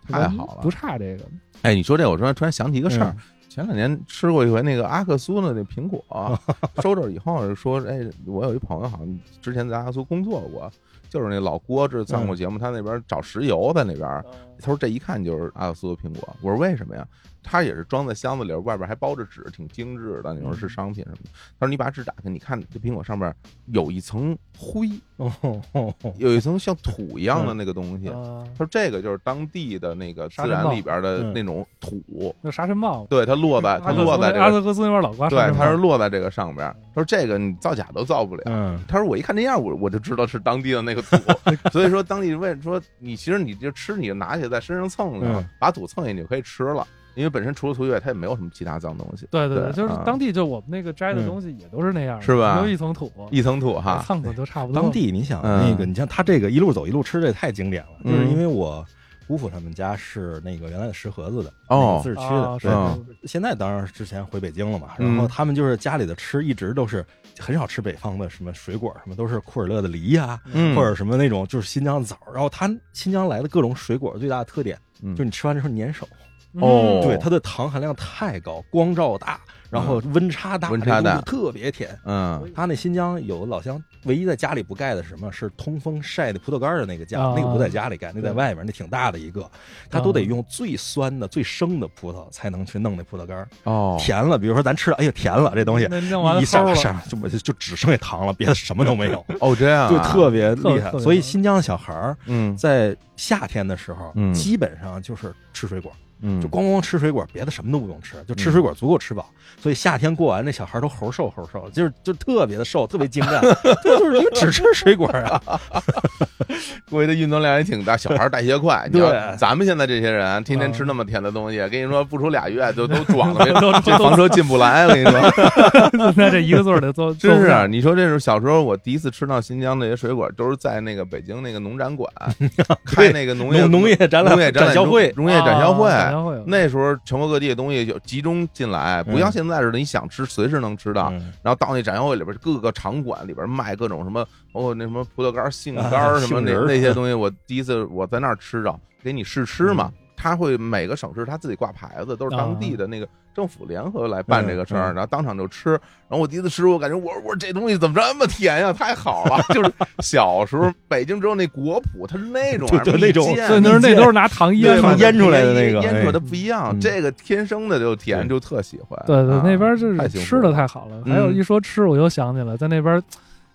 S2: 太好了
S4: 不差这个。
S2: 哎，你说这，我突然突然想起一个事儿
S3: 嗯。
S2: 前两年吃过一回那个阿克苏的那苹果， 收着以后说，哎，我有一朋友好像之前在阿克苏工作过，就是那老郭，
S3: 嗯
S2: 这上过节目，他那边找石油在那边，他说这一看就是阿克苏的苹果。我说为什么呀？他也是装在箱子里，外边还包着纸，挺精致的。你说
S3: 嗯
S2: 是商品什么的？他说你把纸打开，你看这苹果上面有一层灰，
S3: 哦哦哦
S2: 有一层像土一
S3: 嗯
S2: 样的那个东西。
S4: 啊
S2: 他说这个就是当地的那个自
S4: 沙
S2: 然
S4: 尘暴
S2: 里边的
S3: 嗯
S2: 那种土，
S4: 那沙尘暴，
S2: 对，它落在它
S4: 阿特
S2: 落
S4: 斯
S2: 在
S4: 阿
S2: 这个，
S4: 特克斯那边老刮沙
S2: 对，
S4: 尘暴，
S2: 它是落在这个上边儿。他说这个你造假都造不了。
S3: 嗯，
S2: 他说我一看这样，我我就知道是当地的那个 土，所以说当地为说你其实你就吃，你就拿起来在身上蹭蹭
S3: 嗯，
S2: 把土蹭下去你就可以吃了，因为本身除了土以外，它也没有什么其他脏东西，
S4: 对对
S2: 对
S4: 对，就是
S2: 啊
S4: 当地就我们那个摘的
S3: 嗯
S4: 东西也都是那样的，
S2: 是吧
S4: 就一层土，
S2: 一层土啊哈。
S4: 蹭蹭就差不多。
S3: 当地你想
S2: 嗯
S3: 那个，你像他这个一路走一路吃，这也太经典了，就是
S2: 嗯
S3: 因为我。姑父他们家是那个原来的石河子的
S2: 哦
S3: 嗯自治区
S4: 啊
S3: 的，
S4: 是
S3: 对
S2: 嗯
S3: 现在当然是之前回北京了嘛，
S2: 嗯
S3: 然后他们就是家里的吃一直都是很少吃北方的什么水果，什么都是库尔勒的梨呀、
S2: 嗯，
S3: 或者什么那种就是新疆的枣儿。然后它新疆来的各种水果最大的特点，
S2: 嗯
S3: 就是你吃完之后粘手，
S4: 嗯
S2: 哦
S3: 对它的糖含量太高，光照大，然后温差大，
S2: 嗯温差大
S3: 这东西特别甜。
S2: 嗯，
S3: 他那新疆有的老乡，唯一在家里不盖的是什么？是通风晒的葡萄干儿的那个架，
S4: 啊
S3: 那个不在家里盖，那在外面，那挺大的一个，他都得用最酸的、最生的葡萄才能去弄那葡萄干儿。
S2: 哦，
S3: 甜了，比如说咱吃了，哎呀甜了，这东西
S4: 那弄完了
S3: 一
S4: 齁
S3: 上
S4: 了
S3: 上就就就只剩下糖了，别的什么都没有，
S2: 哦这样啊，
S3: 就嗯特别厉害
S4: 特特别。
S3: 所以新疆的小孩儿
S2: 嗯
S3: 在夏天的时候，
S2: 嗯
S3: 基本上就是吃水果，
S2: 嗯，
S3: 就光光吃水果，别的什么都不用吃，就吃水果足够吃饱。所以夏天过完，那小孩都猴瘦猴瘦，就是就特别的瘦，特别精干，就就是因为只吃水果啊。
S2: 估计这运动量也挺大，小孩儿代谢快。你要
S3: 对嗯
S2: 咱们现在这些人天天吃那么甜的东西，跟你说不出俩月就都壮 了，
S4: 都
S2: 这房车进不来。我跟你说，
S4: 那这一个字儿得做，
S2: 真
S4: 做不
S2: 是啊
S4: 了
S2: 你说这是小时候我第一次吃到新疆这些水果，都是在那个北京那个农展 馆开那个农业
S3: 农农业展览
S2: 农业展
S3: 展销会
S2: 农业展销会。
S4: 啊展销会
S2: 那时候全国各地的东西就集中进来，不像
S3: 嗯
S2: 现在似的，你想吃随时能吃到。
S3: 嗯
S2: 然后到那展销会里边，各个场馆里边卖各种什么，包括那什么葡萄干、杏干儿
S3: 啊
S2: 什么那
S3: 杏仁儿
S2: 那些东西。我第一次我在那儿吃着，给你试吃嘛。
S3: 嗯
S2: 他会每个省市他自己挂牌子，都是当地的那个政府联合来办这个事儿，
S3: 啊嗯嗯
S2: 然后当场就吃。然后我第一次吃，我感觉我我说这东西怎么这么甜呀、太好了！ 就是小时候北京只有那果脯，它是那种
S3: 对对那种
S4: 对，那是那都是拿糖
S2: 烟
S4: 腌
S3: 对
S4: 嘛
S3: 吧。腌出来的那个
S2: 腌出来的不一样。
S3: 嗯
S2: 这个天生的就甜，
S3: 对
S2: 就特喜欢。
S4: 对对
S2: 啊，
S4: 那边就是
S2: 太幸福
S4: 吃的
S2: 了
S4: 太好了。
S2: 嗯
S4: 还有一说吃，我又想起来，在那边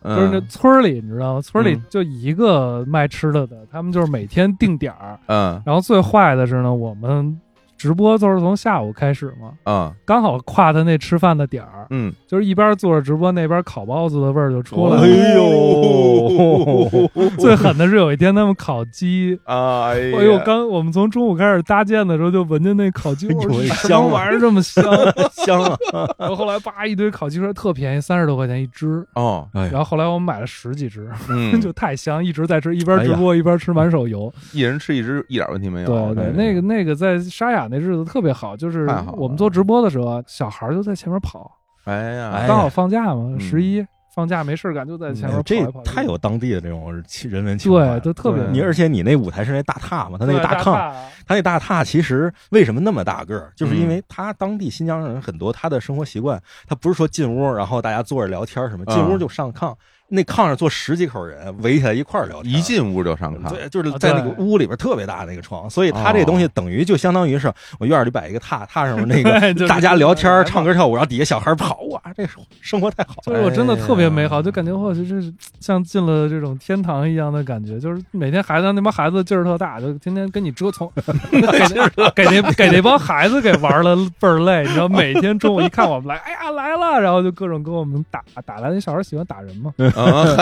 S4: 就是那
S2: 嗯
S4: 村儿里，你知道吗？村儿里
S2: 嗯
S4: 就一个卖吃的的，他们就是每天定点儿。
S2: 嗯
S4: 然后最坏的是呢，我们直播都是从下午开始嘛，
S2: 嗯
S4: 刚好跨他那吃饭的点儿，
S2: 嗯，
S4: 就是一边做着直播，那边烤包子的味儿就出来
S3: 哎
S2: 哦
S4: 了。
S3: 呦，
S4: 最狠的是有一天他们烤鸡，
S2: 哎
S4: 哎呦，刚我们从中午开始搭建的时候，就闻见那 烤鸡，
S3: 哎呦
S4: 我说
S3: 喂
S4: 什么
S3: 香啊
S4: 玩意儿这么香？
S3: 香啊！
S4: 然后后来叭一堆烤鸡说特便宜，三十多块钱一只。
S2: 哦，
S3: 哎
S4: 然后后来我们买了十几只，
S2: 嗯
S4: 就太香，一直在吃，一边
S3: 哎呀嗯
S4: 直播一边吃满手油。
S2: 一人吃一只，一点问题没有。
S4: 对
S2: 哎
S4: 对，那个那个在沙雅那日子特别好，就是
S2: 太好了
S4: 我们做直播的时候啊，小孩儿就在前面跑，
S2: 哎呀，
S3: 嗯哎呀
S4: 刚好放假嘛，
S2: 嗯
S4: 十一放假没事儿干就在前面
S3: 哎呦
S4: 跑
S3: 这
S4: 来跑去。
S3: 太有当地的这种人文情怀
S4: 对，
S3: 了。
S4: 就特别
S2: 对
S3: 你而且你那舞台是那大榻嘛，他那个
S4: 嗯对大
S3: 炕，
S4: 炕
S3: 他那大榻其实为什么那么大个儿，就是
S2: 嗯
S3: 因为他当地新疆人很多，他的生活习惯，他不是说进屋然后大家坐着聊天什么，
S2: 嗯
S3: 进屋就上炕，那炕上坐十几口人围起来一块儿聊天，
S2: 一进屋就上炕，
S3: 对，就是
S4: 啊
S3: 在那个
S4: 对哦
S3: 屋里边特别大的那个床，所以他这东西等于就相当于是我院里摆一个榻，榻上面那个
S4: 对就是
S3: 大家聊天
S4: 来
S3: 儿、
S4: 吧
S3: 唱歌跳舞，然后底下小孩跑，哇，这生活太好
S4: 就
S3: 了。
S4: 是我真的特别美
S3: 哎
S4: 好，
S3: 呀
S4: 就感觉我就是像进了这种天堂一样的感觉，就是每天孩子那帮孩子劲儿特大，就天天跟你 折腾， 给那给那给那帮孩子给玩了倍儿累，你知道，每天中午一看我们来，哎呀来了，然后就各种跟我们打打来，那小孩喜欢打人嘛，
S2: 嗯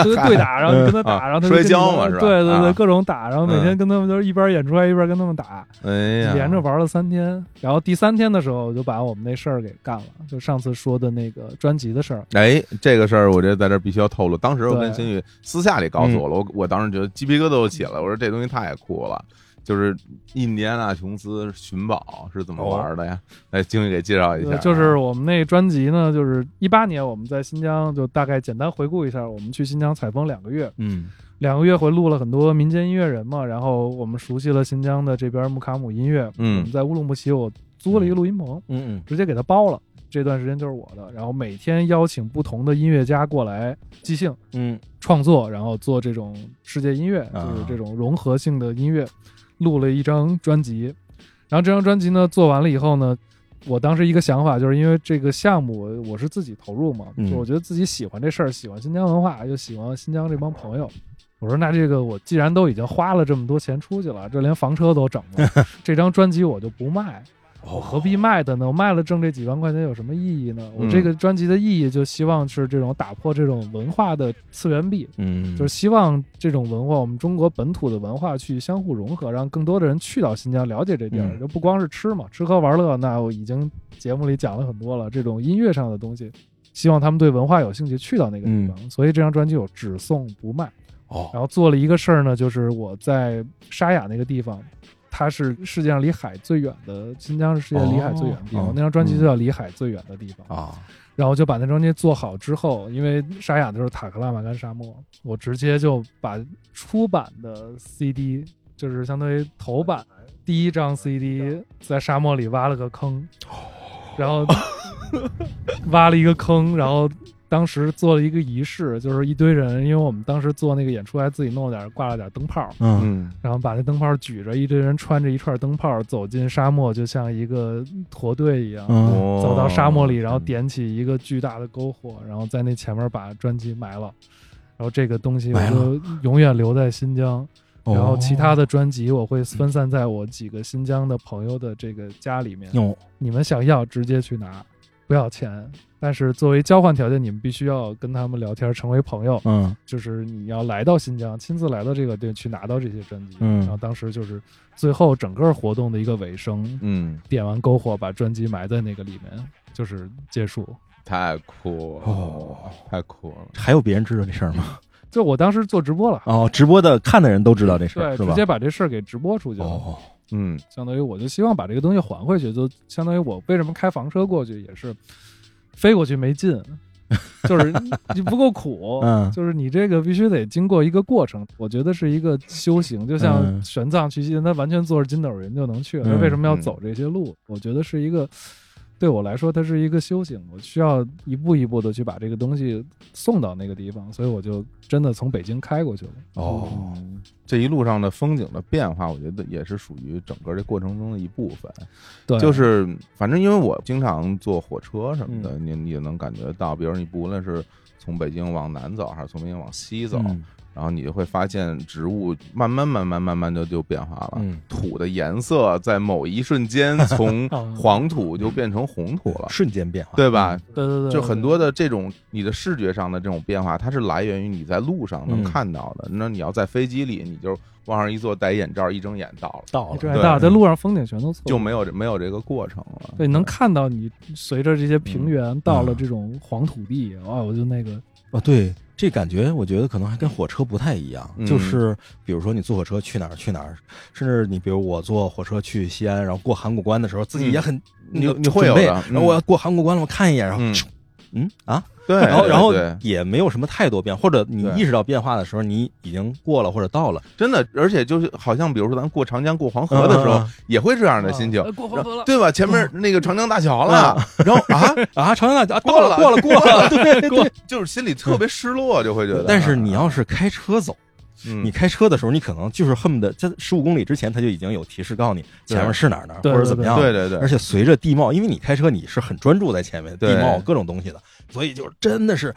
S4: 就是对打，然后你跟 他
S2: 啊
S4: 打，然后他就
S2: 摔跤
S4: 跟你
S2: 嘛
S4: 玩
S2: 是吧
S4: 对对
S2: 啊
S4: 对，各种打，然后每天跟他们就是一边演出来一边跟他们打，
S2: 哎呀，
S4: 连着玩了三天，然后第三天的时候我就把我们那事儿给干了，就上次说的那个专辑的事儿。
S2: 哎，这个事儿我觉得在这儿必须要透露。当时我跟
S4: 对嗯
S2: 新宇私下里告诉我了，我我当时觉得鸡皮疙瘩都起来了。我说这东西太酷了，就是印第安纳琼斯寻宝是怎么玩的呀？来，经理给介绍一下
S4: 呃，
S2: 啊。
S4: 就是我们那专辑呢，就是一八年我们在新疆，就大概简单回顾一下，我们去新疆采风两个月，
S3: 嗯
S4: 两个月回录了很多民间音乐人嘛，然后我们熟悉了新疆的这边木卡姆音乐，我
S2: 嗯
S4: 们在乌鲁木齐我租了一个录音棚，
S3: 嗯
S4: 直接给它包了。这段时间就是我的，然后每天邀请不同的音乐家过来即兴
S3: 嗯
S4: 创作，然后做这种世界音乐，就
S3: 啊
S4: 是这种融合性的音乐，录了一张专辑。然后这张专辑呢做完了以后呢，我当时一个想法就是因为这个项目我是自己投入嘛，
S3: 嗯
S4: 就我觉得自己喜欢这事儿，喜欢新疆文化，又喜欢新疆这帮朋友。我说那这个我既然都已经花了这么多钱出去了，这连房车都整了，这张专辑我就不卖。
S3: 哦
S4: 我何必卖的呢？我卖了挣这几万块钱有什么意义呢？我
S2: 嗯
S4: 这个专辑的意义就希望是这种打破这种文化的次元壁，
S3: 嗯，
S4: 就是希望这种文化，我们中国本土的文化去相互融合，让更多的人去到新疆了解这地儿，
S3: 嗯
S4: 就不光是吃嘛，吃喝玩乐，那我已经节目里讲了很多了。这种音乐上的东西，希望他们对文化有兴趣，去到那个
S3: 嗯
S4: 地方。所以这张专辑我只送不卖。
S3: 哦，
S4: 然后做了一个事儿呢，就是我在沙雅那个地方，它是世界上离海最远的，新疆是世界离海最远的地方。
S3: 哦
S4: 那张专辑就叫《离海最远的地方》
S3: 啊，
S4: 然后就把那张专辑做好之后，因为沙雅就是塔克拉玛干沙漠，我直接就把出版的 CD，就是相当于头版第一张 CD，在沙漠里挖了个坑，然后 挖了一个坑，然后当时做了一个仪式，就是一堆人，因为我们当时做那个演出还自己弄了点挂了点灯泡，
S3: 嗯
S2: 嗯，
S4: 然后把那灯泡举着，一堆人穿着一串灯泡走进沙漠，就像一个驼队一样。
S3: 嗯
S4: 走到沙漠里，然后点起一个巨大的篝火，然后在那前面把专辑埋了。然后这个东西我
S3: 埋了
S4: 就永远留在新疆，
S3: 哦
S4: 然后其他的专辑我会分散在我几个新疆的朋友的这个家里面。
S3: 有
S4: 你们想要直接去拿，不要钱，但是作为交换条件，你们必须要跟他们聊天，成为朋友。
S3: 嗯
S4: 就是你要来到新疆，亲自来到这个地去拿到这些专辑。
S3: 嗯
S4: 然后当时就是最后整个活动的一个尾声，
S2: 嗯，
S4: 点完篝火，把专辑埋在那个里面，就是结束。
S2: 太酷
S3: 哦
S2: 了，太酷了。
S3: 还有别人知道这事儿吗？
S4: 就我当时做直播了，
S3: 哦，直播的看的人都知道这事儿
S4: 对，
S3: 是
S4: 直
S3: 吧？
S4: 接把这事儿给直播出去了。
S3: 哦，
S2: 嗯，
S4: 相当于我就希望把这个东西还回去，就相当于我为什么开房车过去也是飞过去没劲，就是 你不够苦，
S3: 嗯
S4: 就是你这个必须得经过一个过程。我觉得是一个修行，就像
S3: 嗯
S4: 玄奘去西天，他完全坐着筋斗云就能去了，
S3: 嗯
S4: 他为什么要走这些
S2: 嗯
S4: 路？我觉得是一个。对我来说，它是一个修行，我需要一步一步的去把这个东西送到那个地方，所以我就真的从北京开过去了。
S3: 哦，
S2: 这一路上的风景的变化，我觉得也是属于整个这过程中的一部分。
S4: 对，
S2: 就是反正因为我经常坐火车什么的，
S3: 嗯
S2: 你你就能感觉到，比如你不论是从北京往南走，还是从北京往西走，
S3: 嗯
S2: 然后你就会发现植物慢慢慢慢慢慢的就变化了。
S3: 嗯，
S2: 土的颜色在某一瞬间从
S4: 哦
S2: 黄土就变成红土 了，
S3: 瞬间变化，
S2: 对吧？
S4: 对对对，
S2: 就很多的这种你的视觉上的这种变化，它是来源于你在路上能
S3: 嗯
S2: 看到的。那你要在飞机里，你就往上一坐，戴眼罩，一睁眼到了，
S3: 到
S4: 这
S3: 了
S4: 还
S2: 对
S4: 大，在路上风景全都错过
S2: 就没有这没有这个过程了。
S4: 对，能看到你随着这些平
S2: 嗯
S4: 原到了这种黄土地，哇，我就那个
S3: 哦，对，这感觉我觉得可能还跟火车不太一样，
S2: 嗯
S3: 就是比如说你坐火车去哪儿去哪儿，甚至你比如我坐火车去西安，然后过函谷关的时候，自己也很、
S2: 你
S3: 你
S2: 你会有的
S3: 准备然后
S2: 嗯
S3: 我要过函谷关了，我看一眼，然后
S2: 嗯
S3: 咻嗯啊，
S2: 对，
S3: 然后然后
S2: 对对
S3: 也没有什么太多变，或者你
S2: 对
S3: 意识到变化的时候，你已经过了或者到了
S2: 真的，而且就是好像比如说咱们过长江、过黄河的时候
S3: 嗯，
S2: 也会这样的心情
S4: 啊，过黄河了
S2: 对吧？前面那个长江大桥了，
S3: 嗯
S2: 然后啊，
S3: 啊，长江大桥啊
S2: 过
S3: 到了过嗯了过了，对
S2: 过
S3: 对。
S2: 就是心里特别失落，就会觉得。嗯
S3: 但是你要是开车走，你
S2: 你
S3: 开车的时候，你可能就是恨不得在十五公里之前，它就已经有提示告诉你前面是哪儿哪儿，
S4: 对
S3: 或者怎么样。
S2: 对对对，
S3: 而且随着地貌，因为你开车你是很专注在前面
S2: 对
S3: 地貌各种东西的，所以就是真的是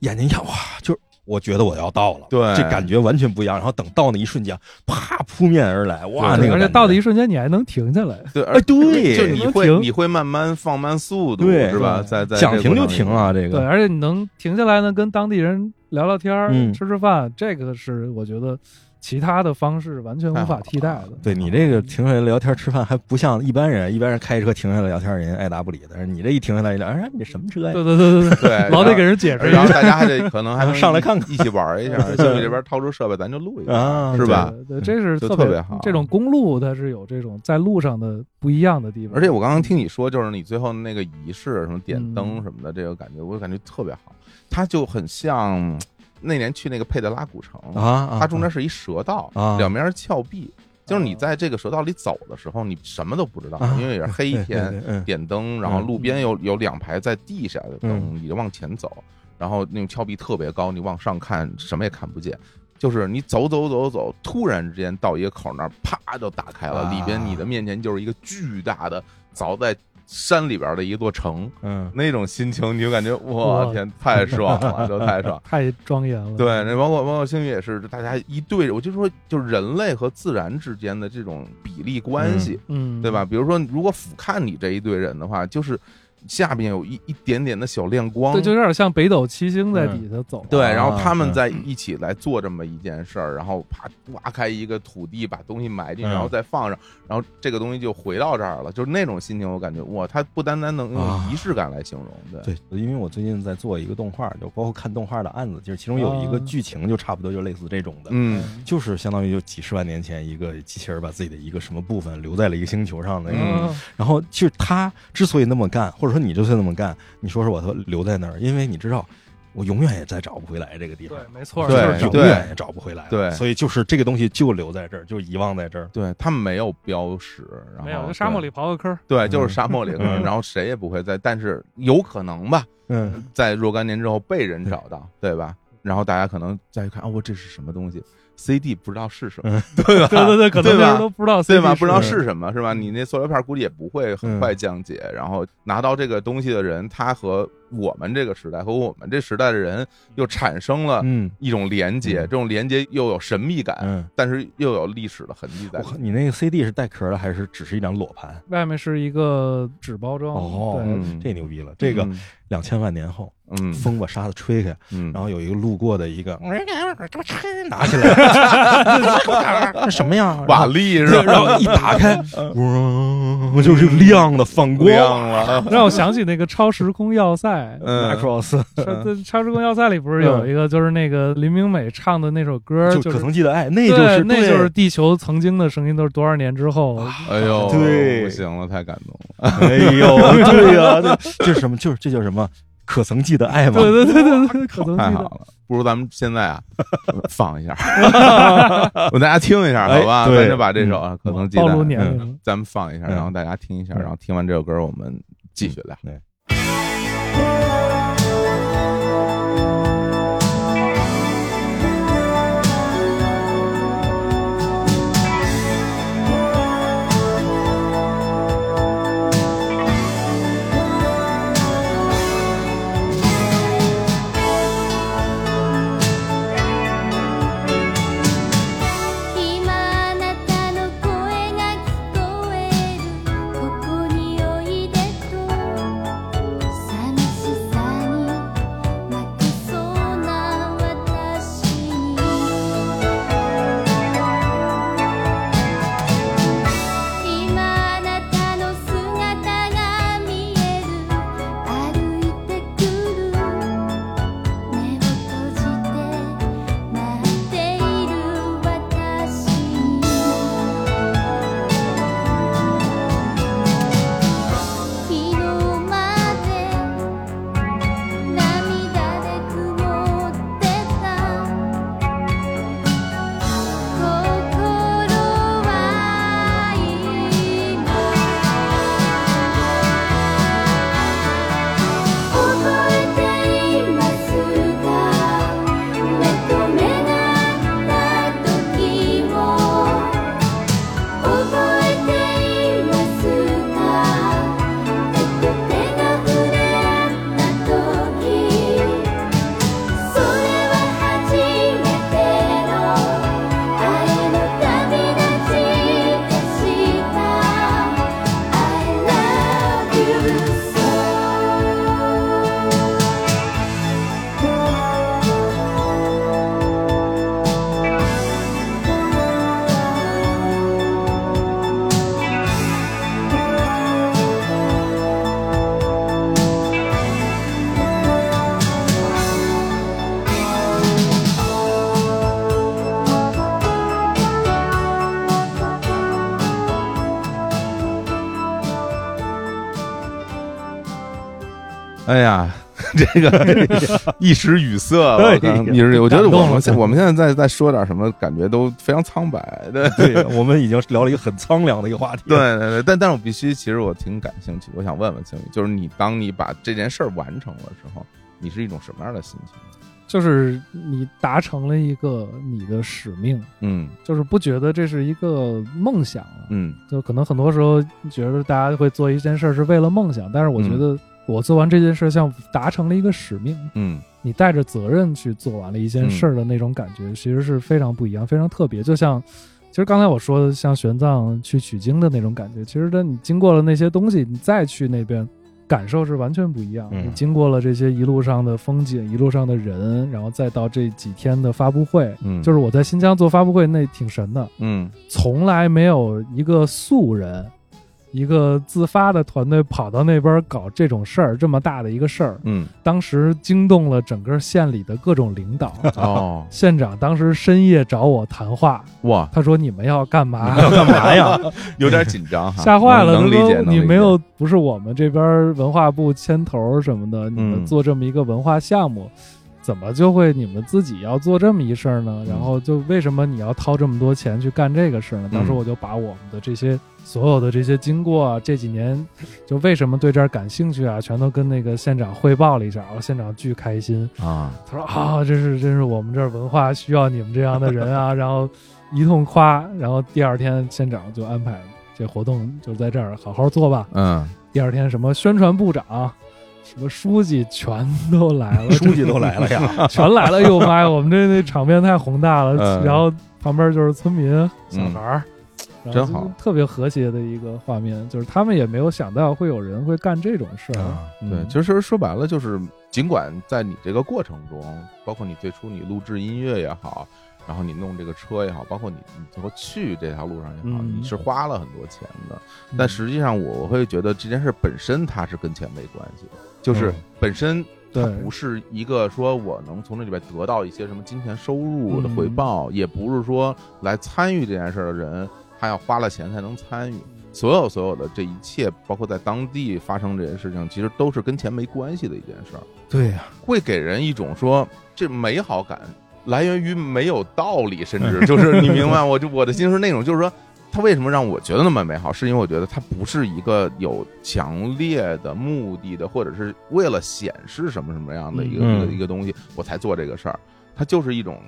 S3: 眼睛一看哇，就是我觉得我要到了，
S2: 对
S3: 这感觉完全不一样。然后等到那一瞬间，啪扑面而来，哇，
S2: 对
S3: 那个
S4: 而
S3: 感
S4: 且
S3: 觉
S4: 到的一瞬间你还能停下来，
S2: 对，
S3: 哎
S2: 而
S3: 对，
S2: 就你会
S4: 停
S2: 你会慢慢放慢速度，
S3: 对
S2: 是吧？
S4: 对
S2: 在在这
S3: 想
S2: 个
S3: 停就
S2: 过程
S3: 停
S2: 里
S3: 啊，这
S4: 对，
S3: 个
S4: 而且你能停下来呢，跟当地人聊聊天儿、
S3: 嗯
S4: 吃吃饭，这个是我觉得其他的方式完全无法替代的。
S3: 对你这个停下来聊天吃饭还不像一般人，一般人开车停下来聊天人家爱答不理的，但是你这一停下来一聊，哎，你这什么车呀？
S4: 嗯对对对对对，
S2: 对，
S4: 老得给
S2: 人。
S4: 人解 释一
S2: 然后
S4: 下，
S2: 大家还得可能还能
S3: 上来看看
S2: 一起玩 一下，
S4: 对
S2: 兄弟这边掏出设备，咱就录一下，
S3: 啊
S2: 是吧？嗯
S4: 对？对，这是
S2: 就
S4: 特
S2: 特别好
S4: 这种公路它是有这种在路上的不一样的地方。
S2: 而且我刚刚听你说，就是你最后那个仪式，什么点灯
S4: 嗯
S2: 什么的，这个感觉我感觉特别好，它就很像那年去那个佩德拉古城
S3: 啊，，啊
S2: 它中间是一蛇道，
S3: 啊
S2: 两边是峭壁，就是
S4: 啊
S2: 你在这个蛇道里走的时候，你什么都不知道，
S3: 啊
S2: 因为也是黑
S3: 对对
S2: 天，
S3: 对嗯
S2: 点灯，然后路边有有两排在地下的灯，你就往前走，然后那种峭壁特别高，你往上看什么也看不见。就是你走走走走，突然之间到一个口那儿，啪就打开了，
S3: 啊
S2: 里边你的面前就是一个巨大的凿在山里边的一座城，
S3: 嗯，
S2: 那种心情你就感觉我
S4: 哇
S2: 天，太爽了，就太 爽。
S4: 太庄严了。
S2: 对，那包括包括星宇也是，就大家一对着，我就说，就是人类和自然之间的这种比例关系，
S4: 嗯，
S2: 对吧？？比如说，如果俯瞰你这一队人的话，就是下边有一一点点的小亮光，
S4: 对，就有点像北斗七星在底下走。
S2: 嗯对
S3: 啊
S2: 然后他们在一起来做这么一件事儿，然后啪挖开一个土地，把东西埋进去，
S3: 嗯
S2: 然后再放上，然后这个东西就回到这儿了，就是那种心情，我感觉哇，它不单单能
S3: 啊
S2: 用仪式感来形容，对。
S3: 对，因为我最近在做一个动画，就包括看动画的案子，就是其中有一个
S4: 啊
S3: 剧情就差不多就类似这种的，
S2: 哦嗯，
S3: 就是相当于就几十万年前一个机器人把自己的一个什么部分留在了一个星球上的那种。
S4: 嗯，
S3: 然后其实他之所以那么干，或者说你之所以那么干，你说是我他留在那儿，因为你知道我永远也再找不回来这个地方
S4: 对，，没错，
S2: 对
S4: 就是
S3: 就
S4: 找
S3: 是永远也找不回来了
S2: 对
S3: 所以就是这个东西就留在这儿，就遗忘在这儿。
S2: 对他们没有标识，然后
S4: 没有，就沙漠
S2: 对
S4: 里刨个坑儿。
S2: 对，就是沙漠里可能，
S3: 嗯
S2: 然后谁也不会在，但是有可能吧，
S3: 嗯，
S2: 在若干年之后被人找到，对吧？然后大家可能再去看，哦，这是什么东西？CD 不知道是什么， 对吧？
S4: 嗯 对对对，可能
S2: 对
S4: 那
S2: 吧
S4: 人都不知道 CD
S2: 对
S4: 是
S2: 吧？不知道
S3: 是
S2: 是什么，是
S4: 嗯
S2: 吧？你那塑料片估计也不会很快降解。然后拿到这个东西的人，他和我们这个时代和我们这时代的人又产生了
S3: 嗯
S2: 一种连接，
S3: 嗯
S2: 这种连接又有神秘感，
S3: 嗯，
S2: 但是又有历史的痕迹在
S3: 我
S2: 里
S3: 靠，
S2: 面。
S3: 你那个 CD 是带壳的还是只是一张裸盘？
S4: 外面是一个纸包装。
S3: 哦
S4: 对
S2: 嗯
S3: 这牛逼了！这个
S2: 嗯
S3: 两千万年后，
S2: 嗯
S3: 风把沙子吹开，
S2: 嗯，
S3: 然后有一个路过的一
S4: 嗯
S3: 个， 拿起 来，这什么呀？
S2: 瓦砾是
S3: 然
S2: 吧？
S3: 后一打开，嗡，就是嗯亮的反光。
S2: 亮了，
S4: 让我想起那个超时空 要塞，
S2: 嗯，
S3: Macross
S4: 超超时空要塞里不是有一个，就是那个林明美唱的那首歌，
S3: 就
S4: 就
S3: 可
S4: 是
S3: 曾记得爱，那
S4: 对，
S3: 就是
S4: 那就是地球曾经的声音，都是多少年之后，
S2: 哎 呦，
S3: 对
S2: 不行了，太感动了。
S3: 哎 呦，对呀，这这是什么？就是这叫什么？可曾记得爱吗
S4: 对？对对对对，可曾
S2: 太
S4: 记
S2: 好
S4: 得。
S2: 了，不如咱们现在 啊放一 下，我大家听一下，好吧？
S3: 哎对
S2: 咱就把这首啊，可能记得
S4: 暴露年龄
S2: 嗯嗯咱们放一下，
S3: 嗯
S2: 然后大家听一下，
S3: 嗯
S2: 然后听完这首歌，我们继续聊。
S5: 今あなたの声が聞こえるここにおいでと
S2: 哎呀， 这个 一时语塞，我
S3: 哎呀
S2: 刚一时，我觉得
S4: 感动
S2: 我
S4: 了
S2: 们 现
S4: 感动
S2: 我们现在在在说点什么，感觉都非常苍白 的。
S3: 对，我们已经聊了一个很苍凉的一个话题。
S2: 对，对对，但但是我必须，其实我挺感兴趣，我想问问青宇，就是你当你把这件事儿完成了之后，你是一种什么样的心情？
S4: 就是你达成了一个你的使命，
S2: 嗯
S4: 就是不觉得这是一个梦想了。
S2: 嗯
S4: 就可能很多时候觉得大家会做一件事儿是为了梦想，但是我觉得我做完这件事儿像达成了一个使命，
S2: 嗯
S4: 你带着责任去做完了一件事儿的那种感觉，其实是非常不一样，非常特别。就像其实刚才我说的，像玄奘去取经的那种感觉，其实当你经过了那些东西，你再去那边。感受是完全不一样。
S3: 嗯
S4: 你经过了这些一路上的风景，一路上的人，然后再到这几天的发布会，
S2: 嗯，
S4: 就是我在新疆做发布会，那挺神的。
S2: 嗯
S4: 从来没有一个素人，一个自发的团队跑到那边搞这种事儿，这么大的一个事儿，
S2: 嗯
S4: 当时惊动了整个县里的各种 领导。
S2: 哦
S4: 县长当时深夜找我谈话，
S2: 哇，
S4: 他说：“你们要干嘛？
S3: 要干嘛 呀？
S2: 有点紧张哈，
S4: 吓坏了。”
S2: 能
S4: 他
S2: 能理解
S4: 说：“，
S2: 能
S4: 你
S2: 理
S4: 没
S2: 解
S4: 有，不是我们这边文化部牵头什么
S2: 嗯
S4: 的，你们做这么一个文化项目。”怎么就会你们自己要做这么一事儿
S2: 嗯
S4: 呢？然后就为什么你要掏这么多钱去干这个事儿
S2: 嗯
S4: 呢？当时我就把我们的这些所有的这些经过啊，这几年就为什么对这儿感兴趣啊，全都跟那个县长汇报了一下。然后县长巨开心，
S2: 啊，
S4: 他说啊，这是真是我们这儿文化需要你们这样的 人啊，然后一通夸，然后第二天县长就安排这活动就在这儿好好做吧。
S2: 嗯
S4: 第二天什么宣传部长、什么书记全都来了，
S3: 书记都来了呀，
S4: 全来了，哎呦妈呀，我们这那场面太宏大了。
S2: 嗯
S4: 然后旁边就是村民、小孩儿，然后
S2: 真好，
S4: 特别和谐的一个画面，就是他们也没有想到会有人会干这种事儿。 嗯
S3: 啊
S2: 对，其实说白了就是，尽管在你这个过程中，包括你最初你录制音乐也好，然后你弄这个车也好，包括你你最后去这条路上也好，
S4: 嗯
S2: 你是花了很多钱的。
S4: 嗯
S2: 但实际上，我我会觉得这件事本身它是跟钱没关系的，就是
S3: 嗯
S2: 本身它
S4: 对
S2: 不是一个说我能从这里边得到一些什么金钱收入的
S4: 嗯
S2: 回报，也不是说来参与这件事的人他要花了钱才能参与。
S4: 嗯
S2: 所有所有的这一切，包括在当地发生这件事情，其实都是跟钱没关系的一件事儿，
S3: 对呀，
S2: 会给人一种说这美好感来源于没有道理，甚至就是你明白，我就我的心是那种，就是说他为什么让我觉得那么美好，是因为我觉得他不是一个有强烈的目的的，或者是为了显示什么什么样的一个、
S3: 嗯
S2: 一个一个东西，我才做这个事儿，它就是一种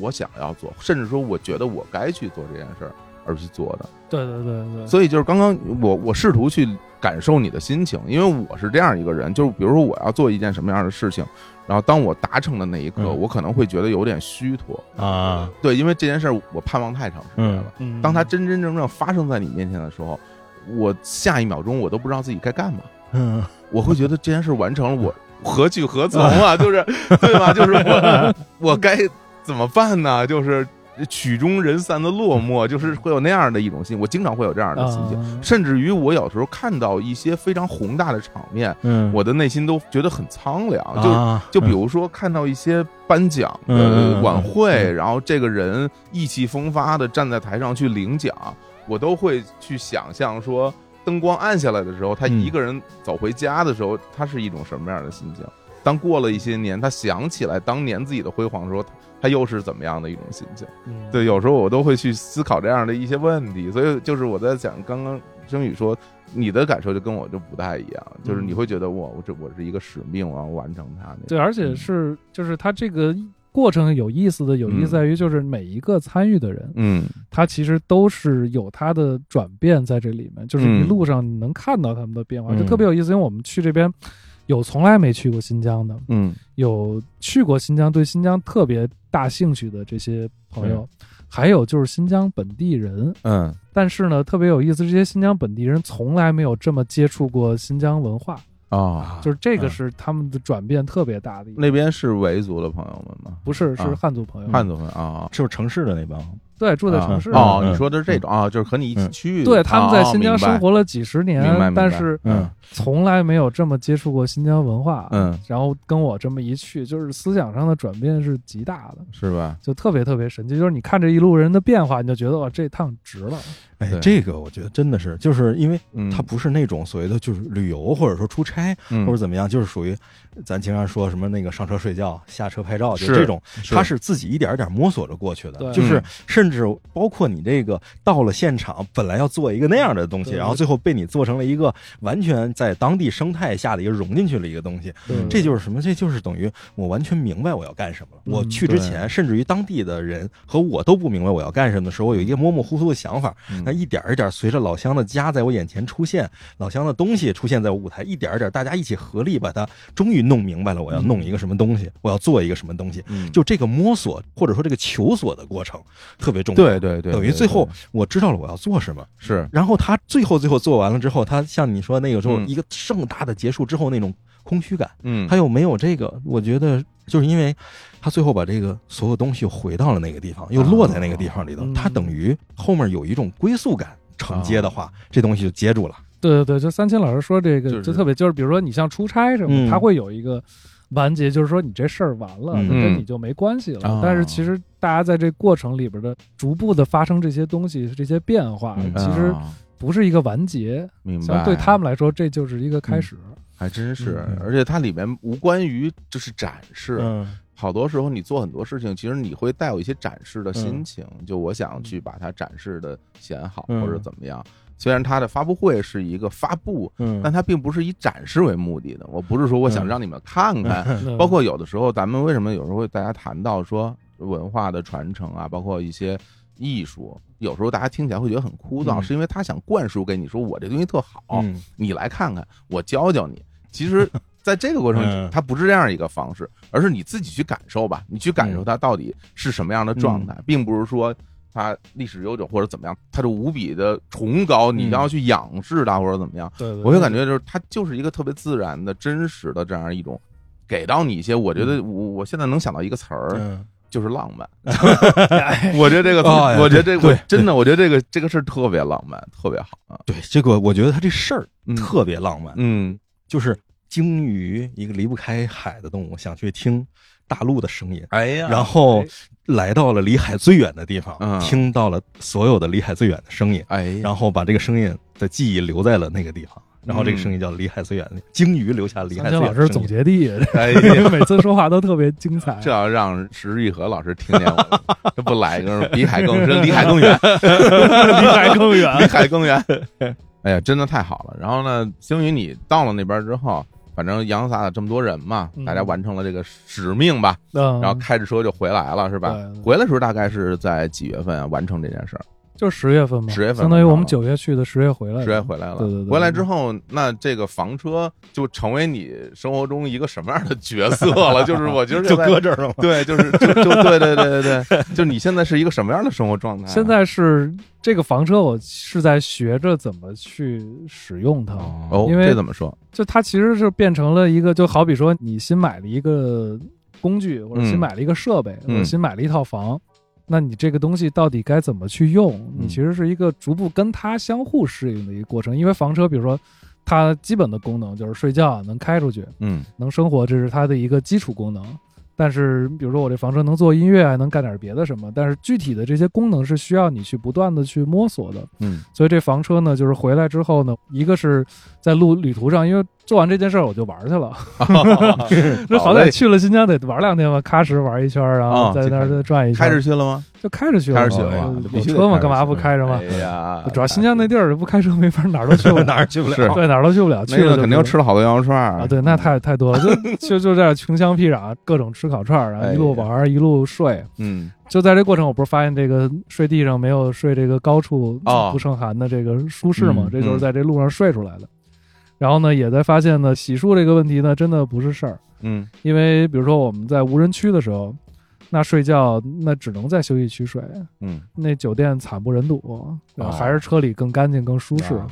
S2: 我想要做，甚至说我觉得我该去做这件事儿而去做的。
S4: 对对对对，
S2: 所以就是刚刚我我试图去感受你的心情，因为我是这样一个人，就是比如说我要做一件什么样的事情，然后当我达成的那一刻，
S3: 嗯
S2: 我可能会觉得有点虚脱，
S3: 啊，嗯
S2: 对，因为这件事儿我盼望太长时间了。
S4: 以
S2: 当它真真正正发生在你面前的时候，我下一秒钟我都不知道自己该干嘛，
S3: 嗯，
S2: 我会觉得这件事完成了，我何去何从啊？就是对吧？就是我我该怎么办呢？就是曲终人散的落寞，就是会有那样的一种心，我经常会有这样的心情。
S4: 啊
S2: 甚至于我有时候看到一些非常宏大的场面，
S3: 嗯，
S2: 我的内心都觉得很苍凉。就
S3: 啊
S2: 就比如说看到一些颁奖
S3: 嗯嗯
S2: 的
S3: 嗯
S2: 晚会，
S3: 嗯
S2: 然后这个人意气风发的站在台上去领奖，我都会去想象说。灯光暗下来的时候，他
S3: 嗯
S2: 一个人走回家的时候，他是一种什么样的心情？当过了一些年，他想起来当年自己的辉煌的时候，他他又是怎么样的一种心情？
S4: 嗯
S2: 对，有时候我都会去思考这样的一些问题，所以就是我在想，刚刚生宇说你的感受就跟我就不太一样，就是你会觉得我我这我是一个使命，我要完成它那种。
S4: 对，啊而且是就是他这个过程有意思的，有意思在于就是每一个参与的人，
S2: 嗯
S4: 他其实都是有他的转变在这里面，就是一
S2: 嗯
S4: 路上你能看到他们的变化，就
S3: 嗯
S4: 特别有意思。因为我们去这边有从来没去过新疆的，
S2: 嗯
S4: 有去过新疆对新疆特别大兴趣的这些朋友，还有就是新疆本地人。
S2: 嗯
S4: 但是呢，特别有意思，这些新疆本地人从来没有这么接触过新疆文化，
S2: 哦，
S4: 就是这个
S3: 嗯
S4: 是他们的转变特别大的一个。
S2: 那边是维族的朋友们吗？
S4: 不是，
S2: 啊
S4: 是汉族朋友。
S2: 汉族朋友啊，
S3: 就是城市的那帮，
S4: 对，住在嗯城市。
S2: 啊哦，
S3: 嗯
S2: 你说的是这种啊，就是和你一起
S3: 嗯
S2: 去的，哦
S4: 对，他们在新疆生
S2: 活，
S4: 活了几十年
S2: 明白明，白
S4: 但是
S3: 嗯
S4: 从来没有这么接触过新疆文化。
S2: 嗯，
S4: 然后跟我这么一去，就是思想上的转变是极大的，
S2: 是吧？
S4: 就特别特别神奇。就是你看这一路人的变化，你就觉得哇，这趟值了。
S3: 哎
S2: 对，
S3: 这个我觉得真的是，就是因为
S2: 嗯
S3: 它不是那种所谓的就是旅游或者说出差
S2: 嗯
S3: 或者怎么样，就是属于咱经常说什么那个上车睡觉、下车拍照，就是这种，
S2: 是
S3: 他是自己一点一点摸索着过去的
S4: 对，
S3: 就是
S2: 嗯
S3: 甚至包括你这个到了现场，本来要做一个那样的东西，
S4: 对
S3: 然后最后被你做成了一个完全在当地生态下的一个融进去了一个东西，
S2: 嗯
S4: 对
S3: 这就是什么？这就是等于我完全明白我要干什么了。
S4: 嗯
S3: 我去之前，甚至于当地的人和我都不明白我要干什么的时候，我有一个模模糊糊的想法。
S2: 嗯
S3: 那一点儿一点儿随着老乡的家在我眼前出现，老乡的东西出现在我舞台，一点儿一点儿大家一起合力把它终于弄明白了。我要弄一个什么东西，我要做一个什么东西。
S2: 嗯
S3: 就这个摸索或者说这个求索的过程特别重要。
S2: 对对对，
S3: 等于
S2: 对
S3: 最后
S2: 对
S3: 我知道了我要做什么，
S2: 是
S3: 然后他最后最后做完了之后，他像你说那个时候
S2: 嗯
S3: 一个盛大的结束之后那种空虚感。
S2: 嗯，
S3: 他又没有这个，我觉得就是因为他最后把这个所有东西又回到了那个地方，又落在那个地方里头，
S4: 嗯
S3: 他等于后面有一种归宿感。承接的话，这东西就接住了。
S4: 对对对，就三清老师说这个，
S2: 就是
S4: 就特别就是，比如说你像出差什么，
S3: 嗯
S4: 他会有一个完结，就是说你这事儿完了，
S3: 嗯
S4: 跟你就没关系了。
S2: 啊
S4: 但是其实大家在这过程里边的逐步的发生这些东西、这些变化，
S3: 嗯
S4: 其实
S2: 啊
S4: 不是一个完结，
S2: 明白
S4: 像，对他们来说，这就是一个开始。
S2: 还真是
S3: 嗯，嗯
S2: 而且它里面无关于就是展示，
S3: 嗯
S2: 好多时候你做很多事情，其实你会带有一些展示的心情，就我想去把它展示的显好、
S3: 嗯
S2: 或者怎么样。虽然它的发布会是一个发布，但
S3: 嗯，
S2: 它并不是以展示为目的的。我不是说我想
S3: 嗯
S2: 让你们看看，
S4: 嗯
S2: 包括有的时候咱们为什么有时候会大家谈到说文化的传承啊，包括一些艺术，有时候大家听起来会觉得很枯燥，
S3: 嗯
S2: 是因为他想灌输给你说我这东西特好，
S3: 嗯
S2: 你来看看，我教教你。其 实，在这个过程中，
S3: 嗯
S2: 它不是这样一个方式，而是你自己去感受吧，你去
S3: 嗯
S2: 感受它到底是什么样的状态，并不是说它历史悠久或者怎么样，它就无比的崇高，你
S3: 嗯
S2: 要去仰视它或者怎么样。
S4: 对对对
S2: 我就感觉就是它就是一个特别自然的、真实的这样一种。给到你一些，我觉得我我现在能想到一个词儿，
S3: 嗯
S2: 就是浪 漫。 我觉得这个词
S3: 哎
S2: 儿，
S3: 呀
S2: 我觉得这个
S3: 对
S2: 我真的，我觉得这个这个事儿特别浪漫，特别好啊。
S3: 对，这个我觉得他这事儿
S2: 嗯
S3: 特别浪漫，
S2: 嗯
S3: 就是鲸鱼一个离不开海的动物，想去听大陆的声音，
S2: 哎呀
S3: 然后
S4: 哎
S3: 来到了离海最远的地方
S2: 嗯，
S3: 听到了所有的离海最远的声音，
S2: 哎呀，
S3: 然后把这个声音的记忆留在了那个地方，然后这个声音叫《离海最远的鲸鱼留下离
S4: 三
S3: 海
S4: 清
S3: 最远
S4: 老
S3: 的声
S4: 师总
S3: 音》。
S4: 结地，
S2: 哎 呀，
S4: 每次说话都特别精彩。
S2: 这要让石玉和老师听见我们，这不来一个比海更深，离海更远，
S4: 离海更远
S2: 离海更远。哎呀，真的太好了。然后呢，星宇，你到了那边之后，反正洋洒了这么多人嘛，
S4: 嗯
S2: 大家完成了这个使命吧，
S4: 嗯，
S2: 然后开着车就回来了，是吧
S4: 对对？
S2: 回来的时候大概是在几月份啊？完成这件事儿，
S4: 就十月份嘛，
S2: 10月份
S4: 相当于我
S2: 嘛
S4: 们九月去的，十月回来的，
S2: 十月回来了。
S4: 对对对
S2: 回来之后，那这个房车就成为你生活中一个什么样的角色了？就是我觉得现
S3: 就
S2: 在
S3: 搁这儿了吗？
S2: 对，就是就就对对对对对，就是你现在是一个什么样的生活状态啊？
S4: 现在是这个房车，我是在学着怎么去使用它。
S2: 哦，
S4: 因为
S2: 这怎么说？
S4: 就它其实是变成了一个，就好比说你新买了一个工具，或者
S2: 嗯
S4: 新买了一个设备，
S2: 嗯
S4: 或者新买了一套房，那你这个东西到底该怎么去用？
S2: 嗯
S4: 你其实是一个逐步跟它相互适应的一个过程。因为房车，比如说它基本的功能就是睡觉能开出去，
S2: 嗯
S4: 能生活，这是它的一个基础功能。但是，比如说我这房车能做音乐，还能干点别的什么，但是具体的这些功能是需要你去不断的去摸索的。
S2: 嗯
S4: 所以这房车呢，就是回来之后呢，一个是在路旅途上，因为做完这件事儿我就玩儿去了， 这嗯 好
S2: 嘞
S4: 歹去了新疆得玩两天吧，喀什玩一圈儿，然
S2: 啊
S4: 后在那儿再转一圈
S2: 开
S4: 儿，
S2: 着去了吗？
S4: 就开着去了嘛，
S2: 开着去了
S4: 呃
S2: 哇，必
S4: 有
S2: 须得
S4: 车嘛，
S2: 着
S4: 干嘛
S2: 去
S4: 不开着嘛
S2: 哎？呀，
S4: 主要新疆那地儿不开车没法儿哪儿都去 不了，
S3: 哪儿去不了？
S2: 是
S4: 对哪儿都去不了，
S2: 那
S4: 去了
S2: 个
S4: 就
S2: 肯定
S4: 是
S2: 吃了好多羊肉串儿
S4: 啊，对，那太太多了，就就就在这儿穷乡僻壤，各种吃烤串儿，然后一路玩儿一路睡。
S2: 嗯
S4: 就在这过程，我不是发现这个睡地上没有睡这个高处
S2: 哦
S4: 不胜寒的这个舒适嘛
S3: 嗯，
S4: 这就
S2: 嗯
S4: 是在这路上睡出来的。然后呢，也在发现呢，洗漱这个问题呢，真的不是事儿，
S2: 嗯
S4: 因为比如说我们在无人区的时候，那睡觉那只能在休息区睡，啊
S2: 嗯
S4: 那酒店惨不忍睹，然后
S2: 哦
S4: 还是车里更干净更舒适
S2: 啊。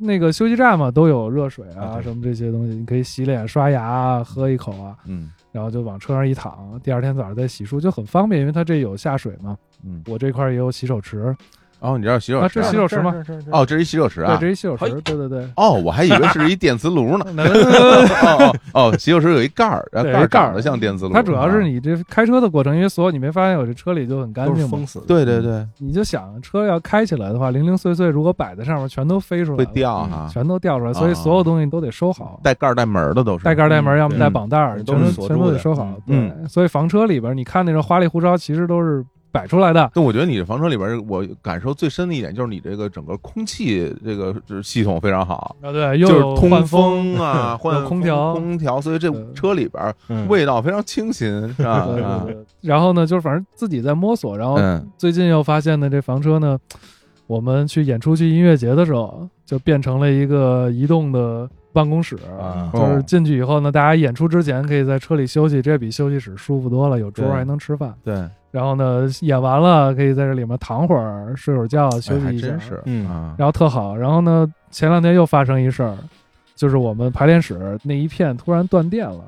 S4: 那个休息站嘛，都有热水
S3: 啊
S4: 啊
S3: 对
S4: 什么这些东西，你可以洗脸、刷牙啊、喝一口啊。
S2: 嗯，
S4: 然后就往车上一躺，第二天早上再洗漱就很方便，因为它这有下水嘛。
S2: 嗯，
S4: 我这块儿也有洗手池，
S2: 哦，你这儿洗手
S4: 啊
S2: 池
S4: 这
S2: 啊
S4: 洗手池吗
S3: 这儿？这儿这儿
S2: 哦，这是一洗手池
S4: 对，
S2: 啊
S4: 这。一洗手池
S3: 嘿，
S4: 对对对。
S2: 哦，我还以为是一电磁炉呢。
S4: 那
S2: 哦哦，哦，洗手池有一盖儿，然后
S4: 对
S2: 盖儿
S4: 盖儿
S2: 长得像电磁炉。
S4: 它主要是
S2: 啊，
S4: 你这开车的过程，因为所有你没发现我这车里就很干
S3: 都是
S4: 净嘛
S3: 封，死的。
S2: 对对对，
S4: 你就想车要开起来的话，零零碎碎如果摆在上面全都飞出来
S2: 会
S4: 了，
S2: 掉哈，
S4: 全都掉出来，所以
S2: 啊
S4: 所有东西都得收好，
S2: 带盖儿带门儿的都是。
S4: 带盖儿带门儿，要么
S2: 对
S4: 带绑带儿，
S3: 嗯
S4: 全
S3: 都
S4: 都
S3: 是锁
S4: 全
S3: 住
S4: 都得
S3: 的
S4: 收好。
S2: 嗯
S4: 对，所以房车里边你看那种花里胡哨，其实都是摆出来的。
S2: 但我觉得你这房车里边儿，我感受最深的一点就是你这个整个空气这个就是系统非常好，
S4: 啊，对，又
S2: 就
S4: 有
S2: 是通
S4: 换
S2: 风 啊，
S4: 有
S2: 换
S4: 空调
S2: 空调，所以这
S4: 嗯
S2: 车里边儿
S3: 嗯，
S2: 味道非常清新，是吧？
S4: 对
S2: 啊
S4: 对对。然后呢，就是反正自己在摸索，然后
S2: 嗯，
S4: 最近又发现呢，这房车呢，我们去演出去音乐节的时候，就变成了一个移动的办公室。
S3: 啊，
S4: 就是
S2: 哦
S4: 进去以后呢，大家演出之前可以在车里休息，这比休息室舒服多了，有桌
S2: 对
S4: 还能吃饭。
S2: 对，哎
S4: 然后呢，演完了可以在这里面躺会儿，睡会儿觉，休
S2: 哎
S4: 息
S2: 还
S4: 一下。
S2: 真是，
S3: 嗯
S2: 啊，
S4: 然后特好。然后呢，前两天又发生一事儿，就是我们排练室那一片突然断电了，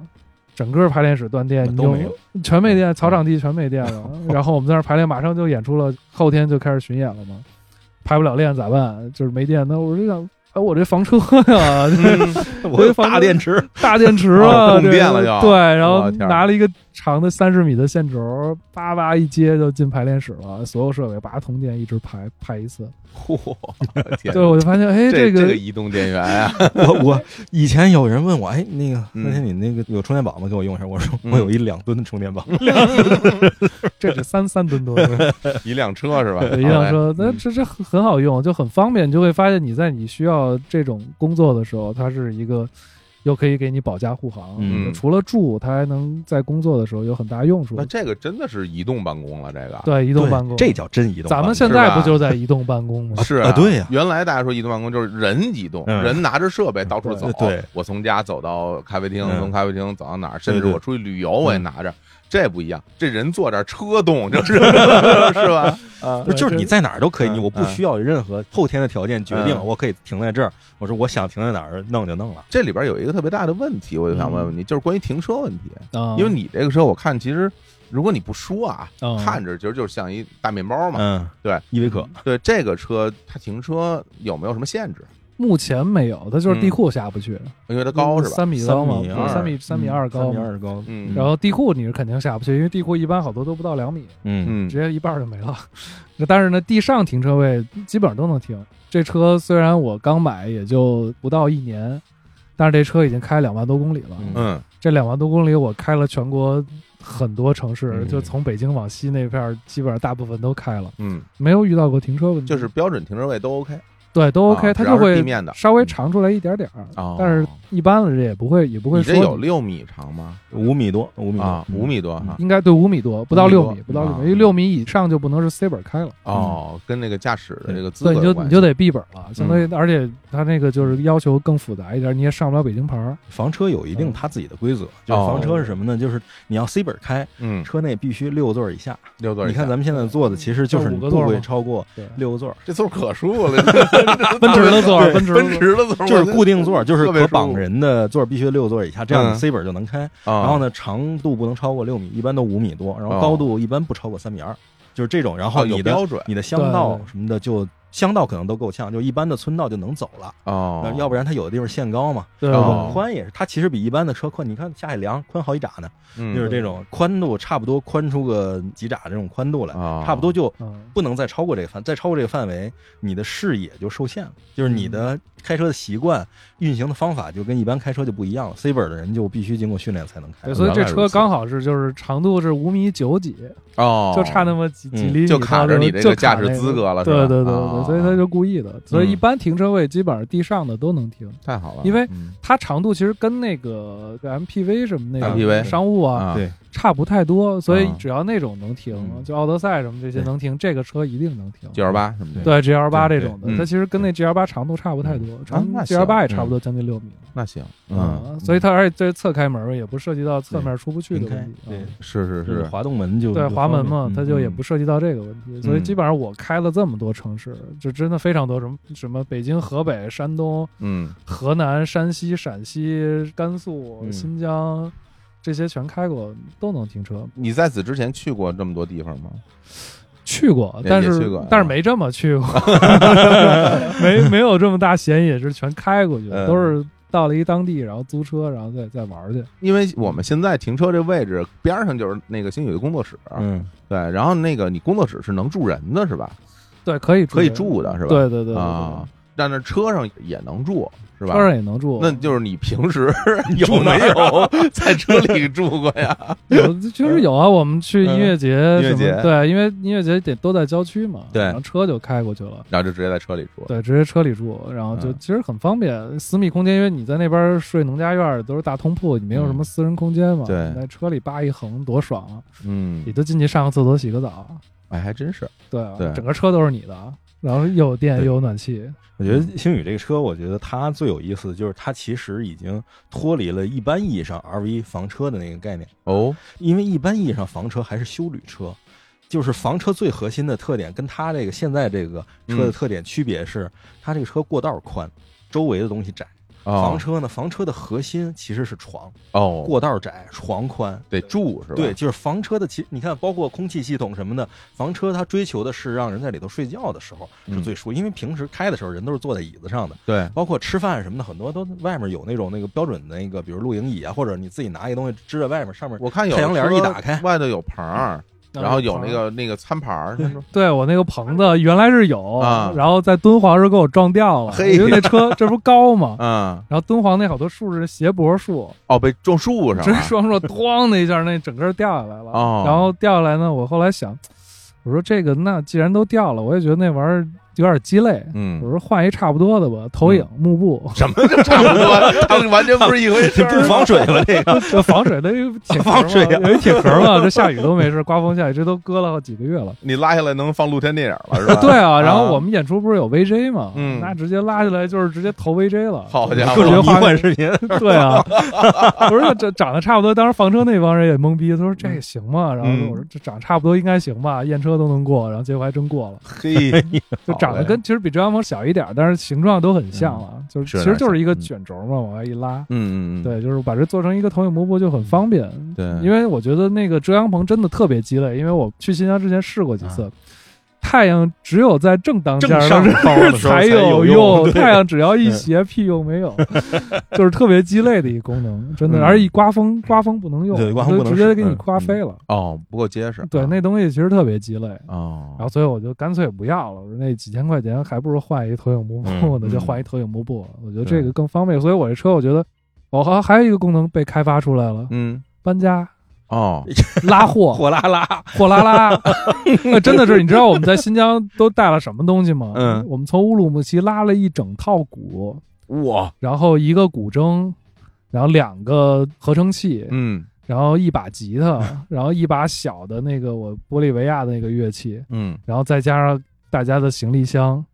S4: 整个排练室断电，你
S2: 都
S4: 就
S2: 没有嗯
S4: 全没电，草场地全没电 了。然后我们在那儿排练，马上就演出了，后天就开始巡演了嘛，排不了练咋办？就是没电，那我就想。哎，我这房车呀、
S2: 嗯
S3: 我有大电池，
S4: 大电池
S2: 哦
S4: 啊，
S2: 供
S4: 这
S2: 电了就
S4: 对，然后
S2: 我天儿
S4: 拿了一个长的三十米的线轴，叭叭一接就进排练室了，所有设备叭通电，一直排排 一次。
S2: 嚯，天
S4: 对，我就发现，哎，
S2: 这
S4: 个
S2: 个移动电源 啊，
S3: 我我以前有人问我，哎，那个
S2: 嗯
S3: 那天你那个有充电宝吗？给我用一下。我说
S2: 嗯
S3: 我有一两吨的充电宝，
S4: 这得三三吨多，
S2: 一辆车是吧？啊
S4: 对一辆车，
S2: 好嘞
S4: 那这这很很好用，就很方便，你就会发现你在你需要这种工作的时候，它是一个又可以给你保驾护航，
S3: 嗯
S4: 就除了住，它还能在工作的时候有很大用处
S2: 那。这个真的是移动办公了，这个。
S4: 对，移
S3: 移
S4: 动办公，
S3: 这叫真移动办
S4: 咱
S3: 公。
S4: 们现在
S2: 是吧
S4: 不就在移动办公吗？
S2: 是
S3: 啊对呀
S2: 原来大家说移动办公就是人移动，
S3: 嗯
S2: 人拿着设备到处走。
S3: 对对
S2: 我从家走到咖啡厅，
S3: 嗯
S2: 从咖啡厅走到哪儿，甚至
S3: 对对嗯
S2: 我出去旅游我也拿着。这不一样，这人坐这儿车 动，就是 是吧？啊，
S3: 不是就是你在哪儿都可以，
S2: 嗯
S3: 你我不需要任何后天的条件决定，
S2: 嗯
S3: 我可以停在这儿。我说我想停在哪儿弄就弄了。
S2: 这里边有一个特别大的问题，我就想问
S3: 嗯
S2: 问你，就是关于停车问题。
S4: 啊，
S2: 因为你这个车，我看其实如果你不说啊，
S4: 嗯
S2: 看着其实就是像一大面包嘛。
S3: 嗯，
S2: 对，
S3: 依维柯
S2: 对这个车，它停车有没有什么限制？
S4: 目前没有，它就
S2: 嗯
S4: 是地库下不去，
S2: 因为它高是吧？
S4: 三米高嘛，
S3: 三米二
S4: 对三米三米二
S3: 嗯
S4: 高
S3: 三米
S4: 嘛。
S3: 二高，
S2: 嗯
S4: 然后地库你是肯定下不去，因为地库一般好多都不到两米，
S3: 嗯
S2: 嗯
S4: 直接一半儿就没了。那但是呢，地上停车位基本上都能停。这车虽然我刚买也就不到一年，但是这车已经开两万多公里了。
S3: 嗯
S2: 嗯，
S4: 这两万多公里我开了全国很多城市，
S3: 嗯
S4: 就从北京往西那片儿，基本上大部分都开了，
S2: 嗯，
S4: 没有遇到过停车问题。
S2: 就是标准停车位都 OK
S4: 对都
S2: 啊
S4: OK，、它
S2: 只要
S4: 就是
S2: 地
S4: 会
S2: 面的嗯
S4: 稍微长出来一点点儿，
S2: 哦
S4: 但是一般的人也不会也不会
S2: 你
S4: 说
S2: 这有
S4: 你
S2: 六米长吗？
S3: 五米多，五米多
S2: 啊，五。
S3: 嗯
S2: 米多哈。
S4: 应该对五米多，不到
S2: 五米
S4: 六
S2: 多
S4: 米，不到六米，
S2: 啊
S4: 因为六米以上就不能是 C 本开了。
S2: 哦，跟那个驾驶的这个资格
S4: 对，你就
S2: 有关
S4: 你
S2: 系嗯
S4: 就得闭本了，相当于，而且它那个就是要求更复杂一点，你也上不了北京牌儿。
S3: 房车有一
S2: 嗯
S3: 定它自己的规则，就是房车是什么呢？就是你要 C 本开，
S2: 哦嗯，
S3: 车内必须六座以下。
S2: 六座以
S3: 你
S2: 下。
S3: 看咱们现在坐的其实就是
S4: 五个座
S3: 不
S4: 吗
S3: 会超过
S4: 对，
S3: 六个座，
S2: 这座可舒服了，
S4: 奔驰的座儿，
S3: 对
S4: 奔驰的
S2: 奔
S4: 座儿，
S2: 驰的座儿
S3: 就是固定座，就是
S2: 特别舒
S3: 可
S2: 服
S3: 绑人的座必须六座以下，这样
S2: 嗯
S3: 你 C 本就能开。
S2: 然
S3: 然后？呢，长度不能超过六米，一般都五米多，然后
S2: 哦
S3: 高度一般不超过三米二，就是这种。然
S2: 哦，
S3: 后
S2: 有
S3: 你的
S2: 标准
S3: 你的乡道
S4: 对
S3: 什么的就乡道可能都够呛，就一般的村道就能走了，
S2: 哦
S3: 那，要不然它有的地方限高嘛，
S4: 对
S2: 哦
S4: 对
S3: 宽也是，它其实比一般的车宽，你看下海梁宽好几拃呢，
S2: 嗯
S3: 就是这种宽度差不多宽出个几拃这种宽度来，
S2: 哦
S3: 差不多就。
S4: 嗯，
S3: 不能再超过这个范，再超过这个范围，你的视野就受限了，就是你的
S2: 嗯
S3: 开车的习惯、运行的方法就跟一般开车就不一样了。C 本的人就必须经过训练才能开
S4: 对，，所以这
S2: 哎原来如
S4: 车
S2: 此
S4: 刚好是就是长度是五米九几，
S2: 哦，
S4: 就差那么几几厘米
S2: 就
S4: 到那个，
S2: 卡着你这
S4: 就
S2: 个驾
S4: 卡
S2: 驶
S4: 那
S2: 资格了是
S4: 对
S2: 吧
S4: 对对对
S2: 哦嗯
S4: 对，所以他就故意的。所以一般停车位基本上地上的都能停，
S2: 太好了，
S4: 因为
S2: 嗯
S4: 它长度其实跟那个 MPV 什么那种
S2: MPV
S4: 商务啊
S2: 啊
S3: 对
S4: 差不太多，所以
S2: 啊
S4: 只要那种能停，
S3: 嗯
S4: 就奥德赛什么这些
S3: 对
S4: 能停，这个车一定能停。
S2: 九二八什么的，
S4: 对 G L 八这
S3: 对
S4: 种的，
S2: 嗯
S4: 它其实跟那 G L 八长度差不太多，长
S2: 那
S4: G
S2: 行
S4: L 八也差不多将近六米
S2: 那行，
S4: 啊
S2: 嗯，，
S4: 所以它而且这侧开门也不涉及到侧面出不去的
S3: 零开
S4: 问题，
S3: 对
S4: 啊。
S2: 是是
S3: 就是
S2: 是，
S3: 滑动门就
S4: 对
S3: 就
S4: 滑门嘛
S3: 方，
S4: 它
S3: 便
S4: 就也
S2: 嗯
S4: 不涉及到这个问题，所以
S2: 嗯
S4: 基本上我开了这么多城市，就真的非常多，什么什么北京、河北、山东、
S2: 嗯，
S4: 河南、山西、陕西、甘肃、
S3: 嗯
S4: 新疆、这些全开过，都能停车。
S2: 你在此之前去过这么多地方吗？
S4: 去过，
S2: 也
S4: 但
S2: 也去
S4: 是
S2: 过
S4: 但
S2: 啊
S4: 是没这 么去过，没没有这么大闲野，是全开过去的，
S2: 嗯
S4: 都是到了一当地，然后租车，然后再再玩儿去。
S2: 因为我们现在停车这位置边儿上就是那个星宇的工作室，
S3: 嗯，
S2: 对，然后那个你工作室是能住人的是吧？
S4: 对，可以
S2: 可以
S4: 的
S2: 住的是吧？
S4: 对对对对
S2: 啊，但是车上也能住是
S4: 对
S2: 吧？
S4: 车上也能住。
S2: 那就是你平时 有
S3: 住哪
S2: 没
S3: 儿
S2: 有 在车里住过呀？
S4: 有确实有啊，我们去音乐节
S2: 呃嗯
S4: 什么，
S2: 音乐节
S4: 对，因为音乐节得都在郊区嘛，
S2: 对
S4: 然后车就开过去了。
S2: 然后就直接在车里住。
S4: 对，直接车里住，然后就
S2: 嗯
S4: 其实很方便，私密空间，因为你在那边睡农家院儿都是大通铺，你没有什么
S2: 嗯
S4: 私人空间嘛，
S2: 对
S4: 你在车里扒一横多爽啊！
S2: 嗯
S4: 你，就进去上个厕所、洗个澡，
S2: 哎，还真是。
S4: 对啊，
S2: 对
S4: 整个车都是你的啊，然后又有电
S2: 对
S4: 又有暖气，
S3: 我觉得星宇这个车，我觉得它最有意思的就是它其实已经脱离了一般意义上 RV 房车的那个概念，
S2: 哦，
S3: 因为一般意义上房车还是休旅车，就是房车最核心的特点跟它这个现在这个车的特点区别是，它这个车过道宽，周围的东西窄。
S2: 哦
S3: 房车呢，房车的核心其实是床，
S2: 哦，
S3: 过道窄，床宽。
S2: 得住是吧？
S3: 对，，就是房车的其，你看，包括空气系统什么的，房车它追求的是让人在里头睡觉的时候是
S2: 嗯
S3: 最舒服，因为平时开的时候人都是坐在椅子上的，
S2: 对，
S3: 包括吃饭什么的，很多都外面有那种那个标准的那个，比如露营椅啊，或者你自己拿一个东西支在外面，上面
S2: 我看有
S3: 太阳帘儿
S2: 车
S3: 一打开
S2: 外头有棚儿，然后有那
S4: 嗯棚。
S2: 个那个餐盘儿，
S4: 对我那个棚子原来是有，
S2: 啊
S4: 然后在敦煌时候给我撞掉了，
S2: 嘿
S4: 因为那车这不是高嘛，
S2: 嗯，
S4: 然后敦煌那好多树是斜脖树，
S2: 哦，被种树上
S4: 直接
S2: 了，
S4: 双手咣的一下，那整个掉下来了。
S2: 哦
S4: 然后掉下来呢，我后来想，我说这个那既然都掉了，我也觉得那玩意儿有点鸡肋，
S2: 嗯、
S4: 我，说换一差不多的吧，投影、幕布
S2: 嗯 什么就差不多，它完全不是一回事
S3: 这
S2: 儿
S3: 不防水了，这个
S4: 这防水 的有铁壳嘛
S3: 防水啊
S4: 有一铁壳嘛，这下雨都没事，刮风下雨这都搁了几个月了。
S2: 你拉下来能放露天电影了是吧？
S4: 对啊，然后我们演出不是有 VJ 嘛，
S2: 嗯
S4: 那直接拉下来就是直接投 VJ 了。
S2: 好家
S3: 各
S2: 伙
S4: 视，觉
S3: 种迷
S4: 画面
S3: 幻视频，
S4: 对啊， 我说这长得差不多，当时房车那帮人也懵逼，他说这
S2: 嗯
S4: 也行吗？然后我说这长得差不多应该行吧，验车都能过，然后结果还真过了，
S2: 嘿，
S4: 就长得跟其实比遮阳棚小一点，但是形状都很像了，就是
S2: 嗯是
S4: 其实就是一个
S2: 嗯
S4: 卷轴嘛，往外一拉，
S2: 嗯嗯嗯，
S4: 对，就是把这做成一个投影幕布就很方便。
S2: 对，
S3: 嗯
S4: 因为我觉得那个遮阳棚真的特别鸡肋，因为我去新疆之前试过几次。太阳只有在正当间
S3: 啊正上方的时候才
S4: 才
S3: 有用
S4: 用，
S3: 对
S4: 太阳只要一斜，屁用 没有，就是特别鸡肋的一个功能，真的。
S2: 嗯
S4: 而一刮风，刮风不能用，
S3: 对刮风不能
S4: 就直接
S3: 使
S4: 给你
S3: 嗯
S4: 刮飞了。
S2: 哦不够结实，
S4: 对，
S2: 啊
S4: 那东西其实特别鸡肋，
S2: 哦，
S4: 然后所以我就干脆不要了。我说那几千块钱还不如换一投影幕布呢，
S2: 嗯
S4: 就换一投影幕布。我觉得
S2: 对
S4: 这个更方便。所以我这车，我觉得我还还有一个功能被开发出来了，
S2: 嗯
S4: 搬家、
S2: 哦，
S4: 拉 货、
S3: 火辣辣，
S4: 货拉拉， 那真的是，你知道我们在新疆都带了什么东西吗？
S2: 嗯
S4: 我们从乌鲁木齐拉了一整套鼓，
S2: 哇，
S4: 然后一个古筝，然后两个合成器，
S2: 嗯
S4: 然后一把吉他，然后一把小的那个我玻利维亚的那个乐器，
S2: 嗯，
S4: 然后再加上大家的行李箱，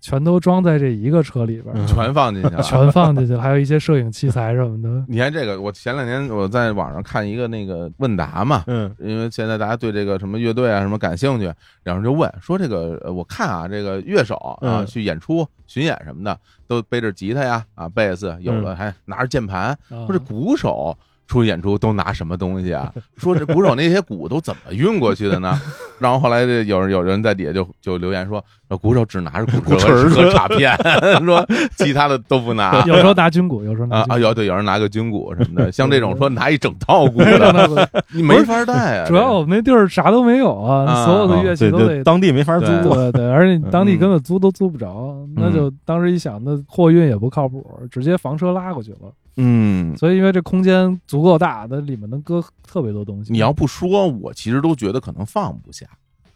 S4: 全都装在这一个车里边，
S2: 嗯 全放进去了，
S4: 全放进去了，还有一些摄影器材什么的。
S2: 你看这个，我前两天我在网上看一个那个问答嘛，
S3: 嗯，
S2: 因为现在大家对这个什么乐队啊什么感兴趣，然后就问说这个，呃我看啊，这个乐手啊
S3: 嗯
S2: 去演出巡演什么的，都背着吉他呀啊贝斯，有的还拿着键盘，
S4: 啊
S2: 说这鼓手。出去演出都拿什么东西啊？ 说这鼓手那些鼓都怎么运过去的呢？ 然后后来这有人有人在底下就就留言说，说鼓手只拿着鼓槌
S3: 儿
S2: 和卡片，说其他的都不拿。
S4: 有时候拿军鼓，有时候拿
S2: 啊
S4: 军
S2: 啊，
S4: 鼓。
S2: 有对，有人拿个军鼓什么的，像这种
S4: 对
S2: 说拿一整套鼓
S4: 真
S2: 的，
S4: 的不
S2: 你没法带啊。
S4: 主要我们那地儿啥都没有
S2: 啊
S4: 啊，所有的乐
S3: 对
S4: 器都
S3: 对，
S4: 得
S3: 当地没法租
S2: 对嗯
S3: 啊，
S4: 对对，而且你当地根本租都租不着，那就当时一想，那货运也不靠谱，直接房车拉过去了。
S2: 嗯，
S4: 所以因为这空间足够大，那里面能搁特别多东西。
S2: 你要不说，我其实都觉得可能放不下。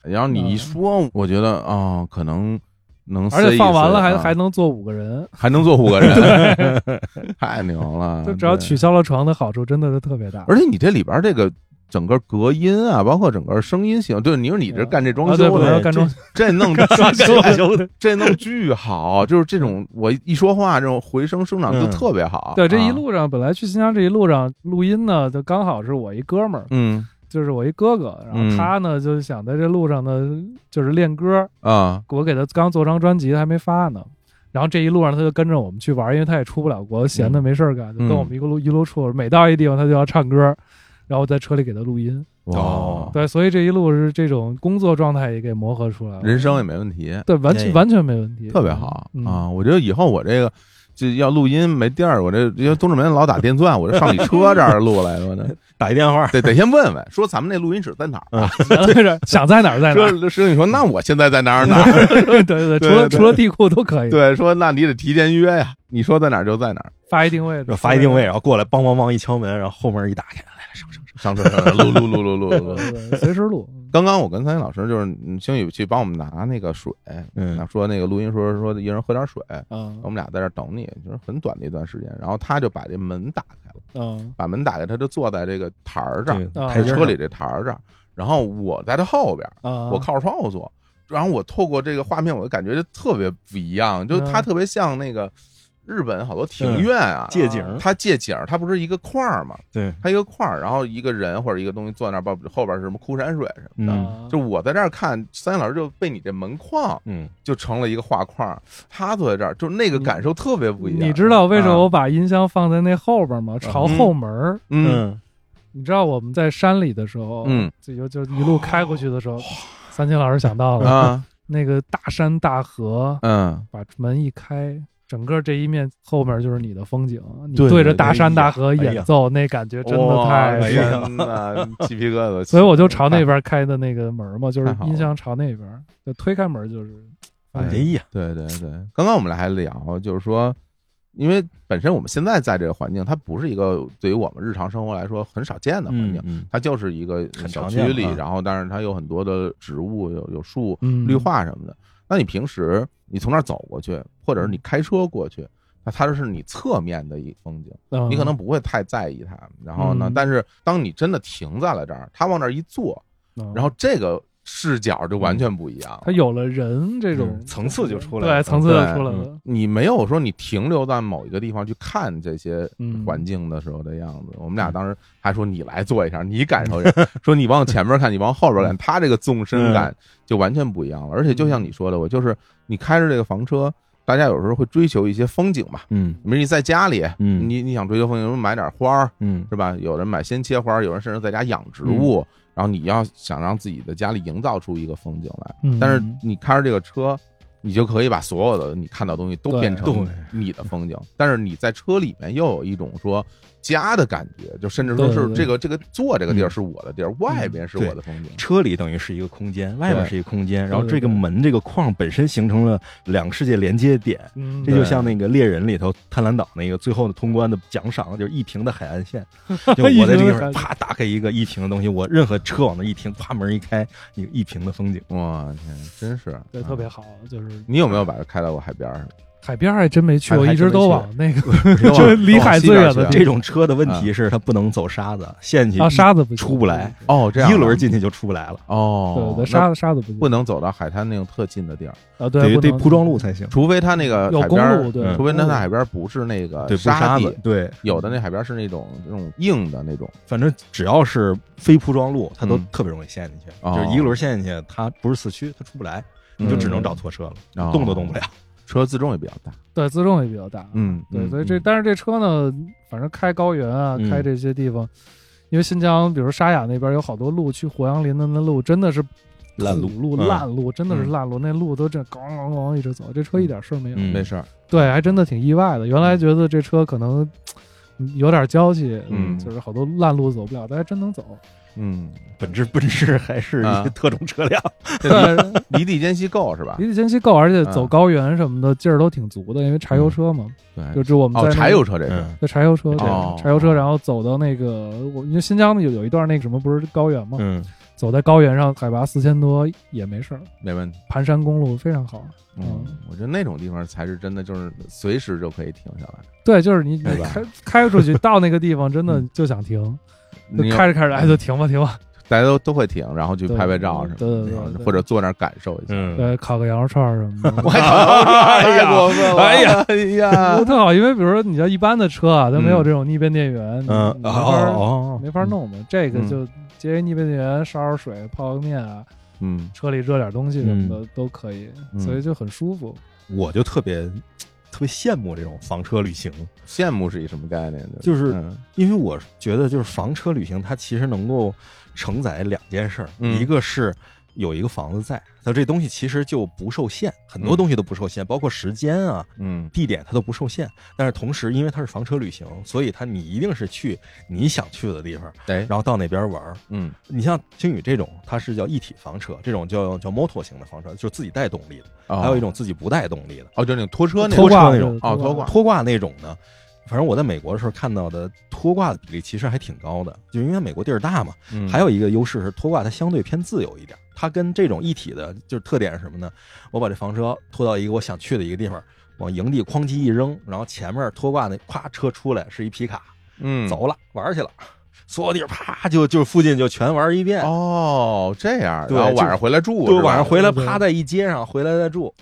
S2: 然后你一
S4: 嗯
S2: 说，我觉得啊、可能能塞一
S4: 而
S2: 塞，
S4: 且放完了还
S2: 啊
S4: 还能坐五个人，
S2: 还能坐五个 人，太牛了！
S4: 就只要
S2: 对
S4: 取消了床的好处真的是特别大。啊
S2: 而且你这里边这个整个隔音啊，包括整个声音性，对，你说你这干这装
S4: 啊对
S2: 修
S4: 我
S2: 的，
S4: 要干 装嗯
S2: 这弄
S3: 装修的，
S2: 这弄巨好，就是这种我一说话这种回声声场就
S3: 嗯
S2: 特别好。
S4: 对，这
S2: 啊
S4: 一，路上本来去新疆这一路上录音呢，就刚好是我一哥们儿，
S2: 嗯
S4: 就是我一哥哥，然
S2: 嗯
S4: 后他呢就想在这路上呢就是练歌，
S2: 啊
S4: 我给他刚做张专辑还没发呢，然后这一路上他就跟着我们去玩，因为他也出不了国，闲的没事儿干，就
S2: 嗯
S4: 跟我们一个路一路处，每到一地方他就要唱歌，然后在车里给他录音。
S2: 哦，
S4: 对，所以这一路是这种工作状态也给磨合出来了，
S2: 人生也没问题，
S4: 对完全
S3: 哎
S4: 完全没问题，
S2: 特别好
S4: 嗯
S2: 啊！我觉得以后我这个就要录音没地儿，我这因为东直门老打电钻，我这上你车这儿录来了呢，
S3: 打一电话，
S2: 得得先问问，说咱们那录音室在哪儿啊？
S4: 就是想在哪儿在哪儿。
S2: 说师兄你说那我现在在哪儿哪儿？
S4: 对对对，除了
S2: 对对
S4: 除了地库都可以，，
S2: 对，说那你得提前约呀，你说在哪儿就在哪儿，
S4: 发一定位，
S3: 发一定位，，然后过来，梆梆梆一敲门，然后后门一打开，
S2: 上车上车录录录录录录录。
S4: 对对对随时录。
S2: 刚刚我跟苍蝇老师就是嗯星宇去帮我们拿那个水，
S3: 嗯，
S2: 说那个录音说说一人喝点水，
S4: 嗯
S2: 我们俩在这儿等你，就是很短的一段时间。然后他就把这门打开了，
S4: 嗯
S2: 把门打开，他就坐在这个台儿上，
S3: 这个
S4: 啊
S3: 台
S2: 在
S3: 阶儿
S2: 车里这台儿上，然后我在他后边，
S4: 啊，
S2: 我靠着窗户坐，然后我透过这个画面，我就感觉就特别不一样，就它
S4: 嗯
S2: 特别像那个日本好多庭院啊，
S3: 嗯借景儿，
S2: 它借景儿，它不是一个块儿嘛，
S3: 对，
S2: 它一个块儿，然后一个人或者一个东西坐那儿，包括后边是什么枯山水什么的。
S3: 嗯
S4: 啊，
S2: 就我在这儿看，三井老师就被你这门框
S3: 嗯，
S2: 就成了一个画框，他坐在这儿，就那个感受特别不一样。
S4: 嗯你知道为什么
S2: 啊
S4: 我把音箱放在那后边吗？朝后门儿。
S2: 嗯，
S3: 嗯，
S4: 你知道我们在山里的时候，
S2: 嗯，
S4: 就就一路开过去的时候，三清老师想到了
S2: 啊，
S4: 那个大山大河，
S2: 嗯，
S4: 把门一开。整个这一面后面就是你的风景，你
S3: 对
S4: 着大山大河
S3: 对对哎呀
S4: 演奏，那感觉真的
S2: 哇
S4: 太
S3: 哎
S4: 帅了
S3: 呀
S2: 天呐，鸡皮疙瘩。
S4: 所以我就朝那边开的那个门嘛，就是
S2: 太好了
S4: 音箱朝那边，就推开门就是。
S2: 哎
S3: 哎呀，
S2: 对对对，刚刚我们俩还聊，就是说，因为本身我们现在在这个环境，它不是一个对于我们日常生活来说很少见的环境，
S3: 嗯，
S2: 它就是一个
S3: 很
S2: 小
S3: 常
S2: 区
S3: 见的
S2: 里，
S3: 啊
S2: 然后但是它有很多的植物，有有树、
S4: 嗯，
S2: 绿化什么的。那你平时你从那儿走过去，或者是
S4: 嗯
S2: 你开车过去，那它就是你侧面的一风景，
S4: 嗯，
S2: 你可能不会太在意它。然后呢
S4: 嗯，
S2: 但是当你真的停在了这儿，它往那儿一坐，
S4: 嗯，
S2: 然后这个视角就完全不一样了。
S4: 它有了人这种
S3: 嗯层次就出来
S4: 对，
S3: 了
S4: 层次就
S2: 对
S4: 出来了。
S2: 你没有说你停留在某一个地方去看这些
S4: 嗯
S2: 环境的时候的样子。我们俩当时还说你来做一下，你感受一下， 说你往前面看，你往后边看，他这个纵深感就完全不一样了。而且就像你说的，我就是你开着这个房车，大家有时候会追求一些风景嘛。
S3: 嗯
S2: 比如你在家里，
S3: 嗯
S2: 你你想追求风景，买点花儿
S3: 嗯，
S2: 是吧？有人买鲜切花儿，有人甚至在家养植物。然后你要想让自己的家里营造出一个风景来，
S4: 嗯
S2: 但是你开着这个车，你就可以把所有的你看到的东西都
S4: 对
S2: 变成
S3: 对
S2: 你的风景。但是你在车里面又有一种说家的感觉，就甚至说
S4: 对
S2: 是
S4: 对
S2: 这个这个坐这个地儿
S3: 嗯
S2: 是我的地儿，外边是
S3: 对
S2: 我的风景。
S3: 车里等于是一个空间，外面
S2: 对
S3: 是一个空间，然后
S4: 对
S3: 这个
S4: 对
S3: 门这个框本身形成了两个世界连接点，
S4: 嗯
S3: 这
S2: 对
S3: 就像那个猎人里头贪婪岛那个最后的通关的奖赏，就是一平的海岸线。就我在这个地方啪打开一个一平的东西，我任何车往那一停，啪门一开，一个一平的风景。
S2: 哇天，真是啊
S4: 对特别。好，
S3: 嗯
S4: 就是
S2: 你有没有把它开到过海边上？
S4: 海边儿还真没去，
S2: 还
S4: 我一
S2: 还
S4: 直
S2: 真没
S4: 都
S2: 去
S4: 往那个
S2: 都往
S4: 就离
S2: 都往
S4: 海
S2: 西
S4: 最
S2: 边
S4: 远
S2: 去
S4: 的
S2: 啊
S4: 地
S3: 这种车的问题是它不能走沙子，陷进去
S4: 啊沙子不行
S3: 出不来，
S2: 哦，这样
S3: 一轮
S2: 进
S3: 进去就出不来了，
S2: 哦
S4: 对，对，
S2: 那
S4: 沙子沙子不行
S2: 不能走到海滩那种特近的地儿，
S4: 啊，
S3: 得
S4: 对，不
S3: 得
S4: 能
S3: 铺装路才行。
S2: 除非它那个
S4: 有
S2: 海
S4: 公
S2: 边儿嗯
S4: 路，对，嗯
S2: 除非它
S4: 公路
S2: 那海边儿不是那个
S3: 对，不是沙
S2: 地
S3: 子，，对，
S2: 有的那海边是那种那种硬的那种，
S3: 反正只要是非铺装路，它都
S2: 嗯
S3: 特别容易陷进去。
S2: 哦
S3: 就是一轮陷进去，它不是四驱，它出不来，你就只能找错车了，
S4: 哦
S2: 嗯
S3: 动都动不了。
S2: 车自重也比较大。
S4: 对自重也比较大，
S2: 嗯，
S4: 对，
S2: 嗯
S4: 所以这
S2: 嗯
S4: 但是这车呢，反正开高原啊，
S3: 嗯
S4: 开这些地方，因为新疆，比如沙雅那边有好多路，去胡杨林的那路真的是
S3: 烂路
S4: 土路
S3: 嗯
S4: 烂路，真的是
S3: 嗯
S4: 烂路，那路都这咣咣咣一直走，这车一点事儿没有。
S3: 嗯
S2: 没事儿，
S4: 对，还真的挺意外的。原来觉得这车可能嗯有点娇气，
S2: 嗯
S4: 就是好多烂路走不了，但还真能走。
S2: 嗯，
S3: 本质奔驰还是一
S2: 啊
S3: 个特种车辆，
S2: 这
S4: 但是
S2: 离离地间隙够是吧
S4: 离？地间隙够，而且
S2: 嗯
S4: 走高原什么的劲儿都挺足的，因为柴油车嘛，就
S2: 对，
S4: 就我们
S2: 哦，
S4: 在那
S2: 柴油车这是，
S3: 嗯
S4: 对柴油车，对、
S2: 哦
S4: 柴油车，然后走到那个我因为新疆有有一段那个什么不是高原吗？
S3: 嗯，
S4: 走在高原上，海拔四千多也没事儿，
S2: 没问题。
S4: 盘山公路非常好。
S2: 嗯，我觉得那种地方才是真的，就是随时就可以停下来。
S4: 对，就是你你
S2: 对吧嗯
S4: 开开出去到那个地方，真的就想停，就
S2: 你有
S4: 开着开着，哎，就停吧停吧，
S2: 大家都都会停，然后去
S4: 对
S2: 拍拍照什么
S4: 对对
S2: 的，然后
S4: 对，
S2: 或者坐那儿感受一下。哎
S3: 嗯
S4: 对烤个羊肉串儿什么 的。
S2: 我还烤羊肉串儿太过分
S3: 哎呀
S2: 了！
S3: 哎呀
S2: 哎
S4: 我
S2: 呀，
S4: 特好，因为比如说你要一般的车啊，它没有
S2: 嗯
S4: 这种逆变电源，你
S3: 嗯哦
S4: 你没法儿
S3: 哦，
S4: 没法儿弄嘛。这个
S2: 嗯
S4: 就节约逆变电源，烧烧水，泡个面啊，
S2: 嗯
S4: 车里热点东西什么的都可以，
S2: 嗯
S4: 所以就很舒服。
S3: 我就特别特别羡慕这种房车旅行，
S6: 羡慕是一什么概念？
S3: 就是
S6: 嗯
S3: 因为我觉得就是房车旅行，它其实能够承载两件事儿，
S6: 嗯
S3: 一个是有一个房子在，它这东西其实就不受限，很
S6: 嗯
S3: 多东西都不受限，包括时间啊、
S6: 嗯
S3: 地点它都不受限。但是同时，因为它是房车旅行，所以它你一定是去你想去的地方，
S6: 哎
S3: 然后到那边玩儿。
S6: 嗯
S3: 你像星宇这种，它是叫一体房车，这种叫叫 motor 型的房车，就是自己带动力的，
S2: 哦
S3: 还有一种自己不带动力的。
S2: 哦，就是那种拖车那种
S3: 拖挂
S4: 挂
S3: 那种
S2: 哦拖挂
S3: 拖挂那种呢，反正我在美国的时候看到的拖挂的比例其实还挺高的，就因为美国地儿大嘛。
S6: 嗯，
S3: 还有一个优势是拖挂它相对偏自由一点，它跟这种一体的就是特点是什么呢？我把这房车拖到一个我想去的一个地方，往营地哐叽一扔，然后前面拖挂那咵车出来是一皮卡，
S2: 嗯
S3: 走了玩儿去了，所有地儿啪就就附近就全玩一 遍。
S2: 哦这样，
S3: 对
S2: 然后
S3: 就
S2: 晚上回来住，
S3: 对，
S2: 是吧
S3: 晚上回来
S4: 对
S3: 趴在一街上，回来再住，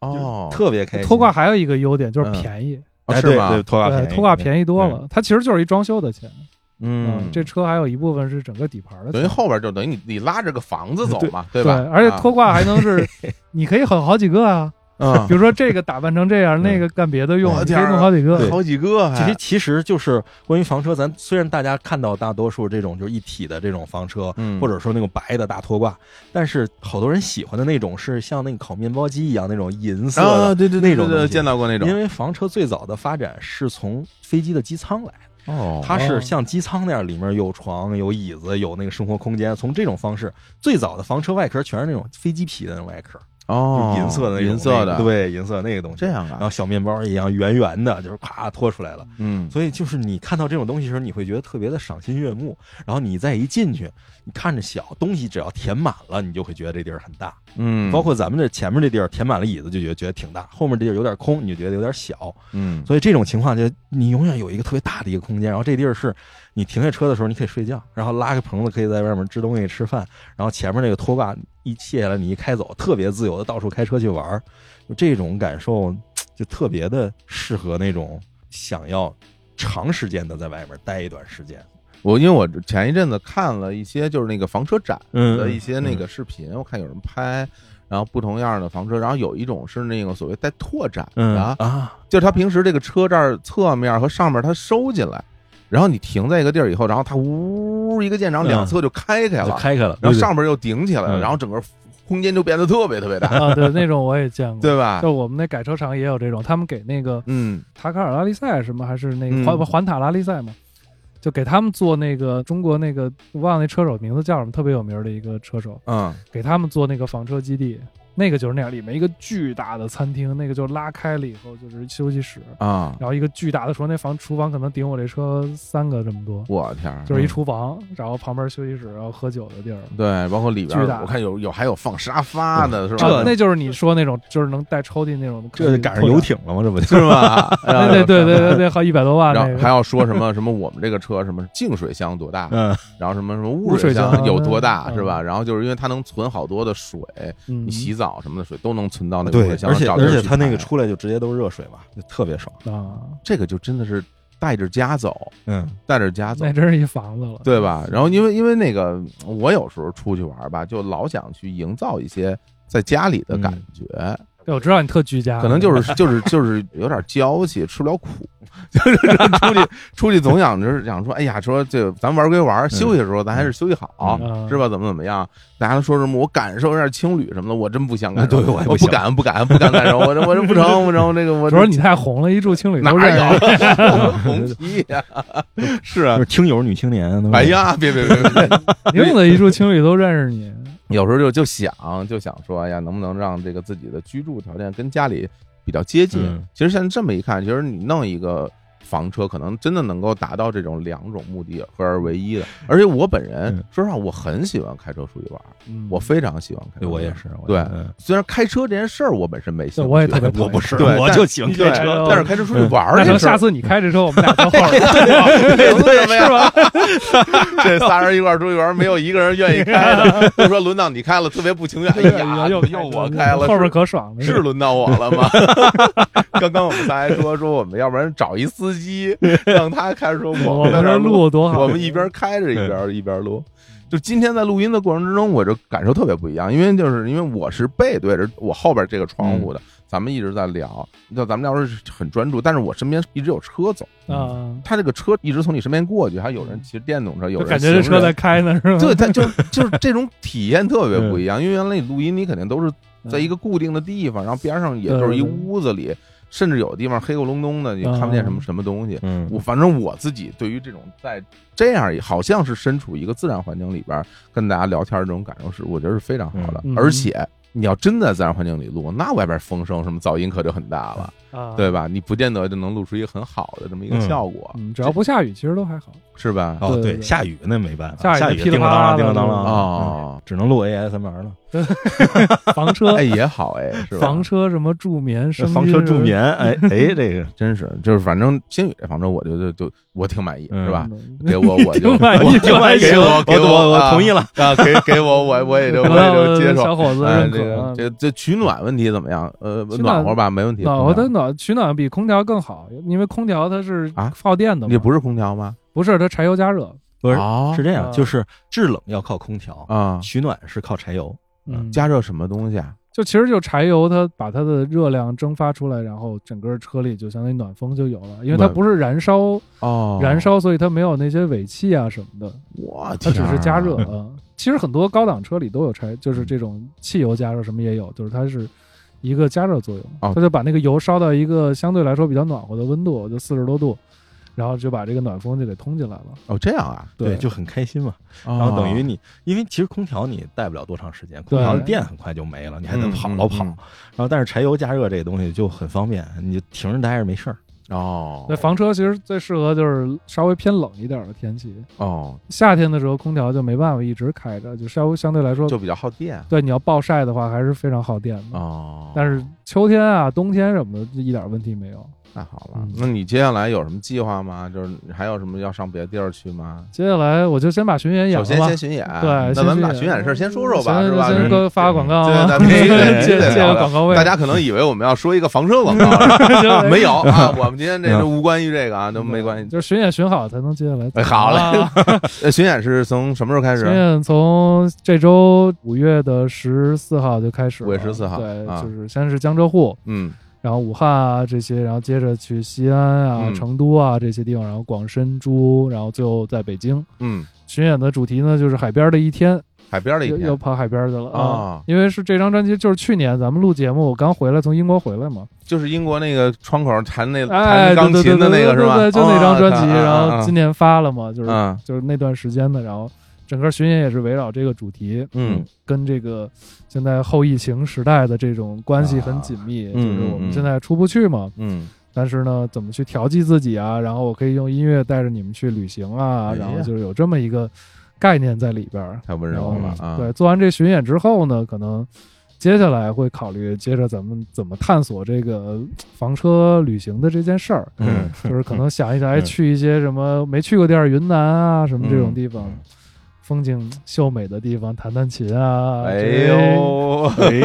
S2: 哦，
S3: 特别开心。
S4: 拖挂还有一个优点就是
S3: 嗯
S4: 便宜，
S2: 哦
S3: 哎
S2: 是
S3: 对
S2: 吗
S3: 对，拖挂
S4: 对，
S3: 便宜，
S4: 拖挂便宜多了。它其实就是一装修的钱。啊
S6: 嗯
S4: 这车还有一部分是整个底盘的
S2: 等于
S4: 钱。
S2: 后边就等于你你拉着个房子走嘛，对
S4: 对
S2: 吧？
S4: 而且
S2: 啊
S4: 拖挂还能是，你可以很好几个啊。
S2: 嗯
S4: 比如说这个打扮成这样，
S3: 嗯
S4: 那个干别的用，
S2: 我
S4: 你可
S2: 天
S4: 以
S2: 儿
S4: 弄好几
S3: 对
S4: 个。
S2: 好几个还，
S3: 其实其实就是关于房车，咱虽然大家看到大多数这种就是一体的这种房车，
S6: 嗯
S3: 或者说那种白的大拖挂，但是好多人喜欢的那种是像那个烤面包机一样那种银色的。
S2: 啊，对对
S3: 那
S2: 对
S3: 种
S2: 对
S3: 东
S2: 对，
S3: 西
S2: 见到过那
S3: 因
S2: 种
S3: 为房车最早的发展是从飞机的机舱来的，
S2: 哦
S3: 它是像机舱那样，里面有床、有椅子、有那个生活空间。从这种方式，最早的房车外壳全是那种飞机皮的那种外壳，
S2: 哦
S3: 就银色的那种、
S2: 银色的，
S3: 那个对，银色那个东西。
S2: 这样
S3: 然
S2: 啊
S3: 后，小面包一样圆圆的，就是咵拖出来了。
S6: 嗯
S3: 所以就是你看到这种东西的时候，你会觉得特别的赏心悦目。然后你再一进去，你看着小东西，只要填满了，你就会觉得这地儿很大。
S6: 嗯，
S3: 包括咱们这前面这地儿填满了椅子，就觉得觉得挺大；后面这地儿有点空，你就觉得有点小。
S6: 嗯
S3: 所以这种情况就你永远有一个特别大的一个空间。然后这地儿是你停下车的时候，你可以睡觉，然后拉个棚子可以在外面支东西吃饭，然后前面那个拖挂一卸下来，你一开走，特别自由的到处开车去玩儿，就这种感受就特别的适合那种想要长时间的在外面待一段时间。
S2: 我因为我前一阵子看了一些就是那个房车展
S3: 嗯
S2: 的一些那个视频，我看有人拍。然后不同样的房车，然后有一种是那个所谓带拓展的，
S3: 啊啊，
S2: 就是它平时这个车这儿侧面和上面它收进来，然后你停在一个地儿以后，然后它呜一个键，然后两侧就开开
S3: 就
S2: 了，
S3: 开开了，
S2: 然后上边又顶起来了，
S3: 嗯
S2: 然后整个空间就变得特别特别 大，
S4: 啊，对，那种我也见过。
S2: 对吧
S4: 就？我们那改车厂也有这种，他们给那个
S2: 嗯，
S4: 塔卡尔拉力赛什么，还是那
S2: 嗯
S4: 个环环塔拉力赛嘛，就给他们做那个中国那个我忘了那车手名字叫什么，特别有名的一个车手，
S2: 嗯，
S4: 给他们做那个房车基地，那个就是那样，里面一个巨大的餐厅，那个就拉开了以后就是休息室，
S2: 啊，
S4: 然后一个巨大的厨，那房厨房可能顶我这车三个这么多，
S2: 我天儿，嗯
S4: 就是一厨房，然后旁边休息室，然后喝酒的地儿。
S2: 对，包括里边
S4: 巨
S2: 儿
S4: 大
S2: 我看有有还有放沙发的是
S4: 啊
S2: 吧？
S4: 那就是你说那种，就是能带抽屉那种。
S3: 这赶上游艇了吗？这不就是
S2: 吧？然后
S4: 对对对对对，好一百多万
S2: 啊然
S4: 那
S2: 后还
S4: 个。
S2: 要说什么什么我们这个车什么净水箱多大，
S3: 嗯，
S2: 然后什么什么
S4: 污
S2: 水
S4: 水
S2: 箱
S4: 箱
S2: 有多大
S4: 嗯
S2: 是吧？然后就是因为它能存好多的水，
S4: 嗯
S2: 你，洗澡什么的水都能存到那个污
S3: 对
S2: 水，箱。
S3: 而且
S2: 找地儿
S3: 而且
S2: 去
S3: 它那
S2: 排啊
S3: 个出来就直接都是热水吧，就特别爽。
S4: 啊，
S2: 这个就真的是带着家走，
S3: 嗯
S2: 带着家走
S4: 那。真是一房子了。
S2: 对吧？然后因为因为那个，我有时候出去玩吧，就老想去营造一些在家里的感觉，
S4: 哎对，我知道你特居家，
S2: 可能就是 就是就是有点娇气，吃不了苦， 就是出去出去总想着想说，哎呀，说这咱玩归玩，休息的时候咱还是休息好，
S4: 嗯
S2: 是吧？怎么怎么样？大家都说什么我感受一下青旅什么的，我真不想感受，
S3: 对我
S2: 啊
S3: 也
S2: 我
S3: 不想
S2: 敢不敢不敢感受，我这我这不成不成，这个我
S4: 主
S2: 这
S4: 要是你太红了，一住青旅
S2: 哪
S4: 都认识。
S2: 有 红皮呀？是
S3: 嗯就
S2: 啊
S3: 是，听友女青年，
S2: 哎，呀，别别别别别。
S4: 英子一住青旅都认识你。
S2: 有时候就就想就想说，哎呀，能不能让这个自己的居住条件跟家里比较接近？
S3: 嗯
S2: 其实现在这么一看，其实你弄一个房车，可能真的能够达到这种两种目的合二为一的。而且我本人、
S3: 嗯
S2: 说实话，我很喜欢开车出去玩儿，
S4: 嗯
S2: 我非常喜欢开车。
S3: 对我也。是，我
S2: 对
S3: 嗯
S2: 虽然开车这件事儿 我本身没兴趣，
S4: 对我也特别
S3: 我不是，
S2: 对
S3: 我
S2: 但
S3: 就喜欢
S2: 对
S3: 开车。
S2: 但是开车出去玩儿
S4: 那
S2: 这
S4: 成
S2: 事儿
S4: 下，次你开着车，我们俩坐后边。
S2: 对对对，是吧？ 这仨人一块儿出去玩儿，没有一个人愿意开 的。就说轮到你开了，特别不情愿。哎呀，
S4: 又
S2: 又我开了，
S4: 后
S2: 是
S4: 边可爽了。
S2: 是轮到我了吗？ 刚刚我们仨还说说我们要不然找一司 机，让他开说
S4: 我
S2: 们在
S4: 们
S2: 这
S4: 的
S2: 儿录，
S4: 路多好，
S2: 我们一边开着一边一边录，就今天在录音的过程之中，我这感受特别不一样，因为就是因为我是背对着我后边这个窗户的，咱们一直在聊，那咱们聊是很专注，但是我身边一直有车走，
S4: 啊，
S2: 他这个车一直从你身边过去，还有人骑着电动嗯车，有
S4: 嗯
S2: 人
S4: 就感觉这
S2: 行人
S4: 车在开呢，是吧？
S2: 对，它就就是这种体验特别不一 样，因为原来你录音，你肯定都是
S4: 嗯
S2: 在一个固定的地方，然后边上也就是一屋子里，甚至有的地方黑咕隆咚的，你
S4: 嗯
S2: 看不见什么什么东西。
S3: 嗯
S2: 我反正我自己对于这种在这样好像是身处一个自然环境里边跟大家聊天这种感受是，我觉得是非常好的
S4: 嗯。
S2: 而且你要真在自然环境里录，那外边风声什么噪音可就很大了，
S4: 啊，
S2: 对吧？你不见得就能录出一个很好的这么一个
S3: 嗯
S2: 效果，
S4: 嗯，只要不下雨，其实都还好。
S2: 是吧？
S3: 哦，
S4: 对
S3: 对，
S4: 对
S3: 下雨那没办
S4: 下
S3: 法，
S4: 雨
S3: 下雨
S4: 噼
S3: 叮
S4: 里
S3: 了当啷，
S4: 啪啦的
S3: 叮了当啷
S4: 啊
S3: 啊，
S2: 哦，
S3: 只能录 ASMR 了，
S4: 房车
S2: 哎，也好哎，是吧？
S4: 房车什么助眠，声音
S3: 房车助，眠， 哎哎，这个
S2: 真是，就是反正星宇这房车，我觉得就我挺满意，
S3: 嗯
S2: 是吧？
S4: 嗯
S2: 给我我就
S4: 挺满意
S2: 我
S4: 挺满意
S2: 给我给
S3: 我我我同意
S2: 了
S3: 了，
S2: 啊，给给我我我也 就我也就接受。
S4: 小伙子
S2: 哎，
S4: 认
S2: 这
S4: 可
S2: 个
S4: 啊。
S2: 这这取暖问题怎么样？呃，
S4: 取暖
S2: 暖和吧，没问题。
S4: 暖和的
S2: 空
S4: 暖取暖比空调更好，因为空调它是
S2: 啊
S4: 耗电的
S2: 调
S4: 嘛，
S2: 也不是空调吗？
S4: 不是它柴油加热，
S3: 不是
S2: 啊
S3: 是这样，
S4: 啊
S3: 就是制冷要靠空调，
S2: 啊，
S3: 取暖是靠柴油，
S4: 嗯，
S2: 加热什么东西啊？
S4: 就其实就柴油它把它的热量蒸发出来，然后整个车里就相当于暖风就有了，因为它
S2: 暖
S4: 不是燃烧
S2: 哦，
S4: 燃。烧，所以它没有那些尾气啊什么的，
S2: 我
S4: 它
S2: 天，
S4: 只是加 热。啊。其实很多高档车里都有柴，就是这种汽油加热什么也有，就是它是一个加热作用，
S2: 哦
S4: 它就把那个油烧到一个相对来说比较暖和的温度，就四十多度，然后就把这个暖风就给通进来了。
S2: 哦，这样啊。哦
S4: 对，啊
S3: 就很开心嘛。
S2: 然
S3: 然后等于你，因为其实空调你带不了多长时间，
S4: 对
S3: 空调的电很快就没了，你还得跑
S2: 嗯
S3: 老跑。
S2: 嗯
S3: 然后但是柴油加热这个东西就很方便，你就停着待着没 事儿。
S2: 哦
S4: 那房车其实最适合就是稍微偏冷一点的天气，
S2: 哦，
S4: 夏天的时候空调就没办法一直开着，就稍微相对来说，
S2: 就比较耗电
S4: 对你要暴晒的话还是非常耗电的。
S2: 哦。
S4: 但是秋天啊、冬天什么的，一点问题没有。
S2: 太好了
S4: 嗯，
S2: 那你接下来有什么计划吗？就是你还有什么要上别的地儿去吗？
S4: 接下来我就先把巡演演
S2: 首
S4: 哎了
S2: 先
S4: 吧。
S2: 先巡演，
S4: 对，
S2: 那咱
S4: 先
S2: 们把
S4: 去
S2: 巡演的事儿先说说吧，
S4: 先
S2: 是吧？
S4: 先
S2: 嗯
S4: 给发个广告
S2: 对
S4: 啊，
S2: 那 必须得
S4: 借
S2: 必须得
S4: 借
S2: 聊
S4: 个
S2: 的
S4: 广告位，
S2: 大家可能以为我们要说一个房车 广告， 没有啊，我们今天
S4: 嗯
S2: 这都无关于这个啊，都没关系。
S4: 就是巡演巡好才能接下来
S2: 哎
S4: 走啊。
S2: 好呃巡演 是从什么时候开
S4: 巡
S2: 始？
S4: 演从这周五月的十四号就开始了，
S2: 5月14号
S4: 对，
S2: 啊
S4: 就是先是江浙沪，
S2: 嗯，
S4: 然后武汉啊这些，然后接着去西安啊、
S2: 嗯
S4: 成都啊这些地方，然后广深、珠，然后最后在北京。
S2: 嗯，
S4: 巡演的主题呢，就是海边的一天，
S2: 海边的一
S4: 又
S2: 天
S4: 又，跑海边去了
S2: 啊
S4: 因为是这张专辑，就是去年咱们录节目，我刚回来，从英国回来嘛，
S2: 就是英国那个窗口弹那
S4: 哎，
S2: 弹钢
S4: 对对
S2: 琴的
S4: 对
S2: 那个是吧？
S4: 对对对，就那张专辑，
S2: 哦
S4: 然后今年发了嘛，就是
S2: 嗯
S4: 就是那段时间的，然后整个巡演也是围绕这个主题，
S2: 嗯，
S4: 跟这个现在后疫情时代的这种关系很紧密，
S2: 啊
S4: 就
S2: 嗯
S4: 是我们现在出不去嘛，
S2: 嗯
S4: 但是呢，怎么去调剂自己啊？然后我可以用音乐带着你们去旅行啊，
S2: 哎呀
S4: 然后就是有这么一个概念在里边儿。
S2: 太温
S4: 然
S2: 柔
S4: 后
S2: 了啊！
S4: 对，做完这巡演之后呢，可能接下来会考虑接着咱们怎么探索这个房车旅行的这件事儿。
S2: 嗯，
S4: 就是可能想一想，哎，
S3: 嗯
S4: 去一些什么没去过地儿，云南啊，什么这种地方，
S3: 嗯
S4: 风景秀美的地方，弹弹琴啊。
S2: 哎
S4: 这
S2: 呦，哎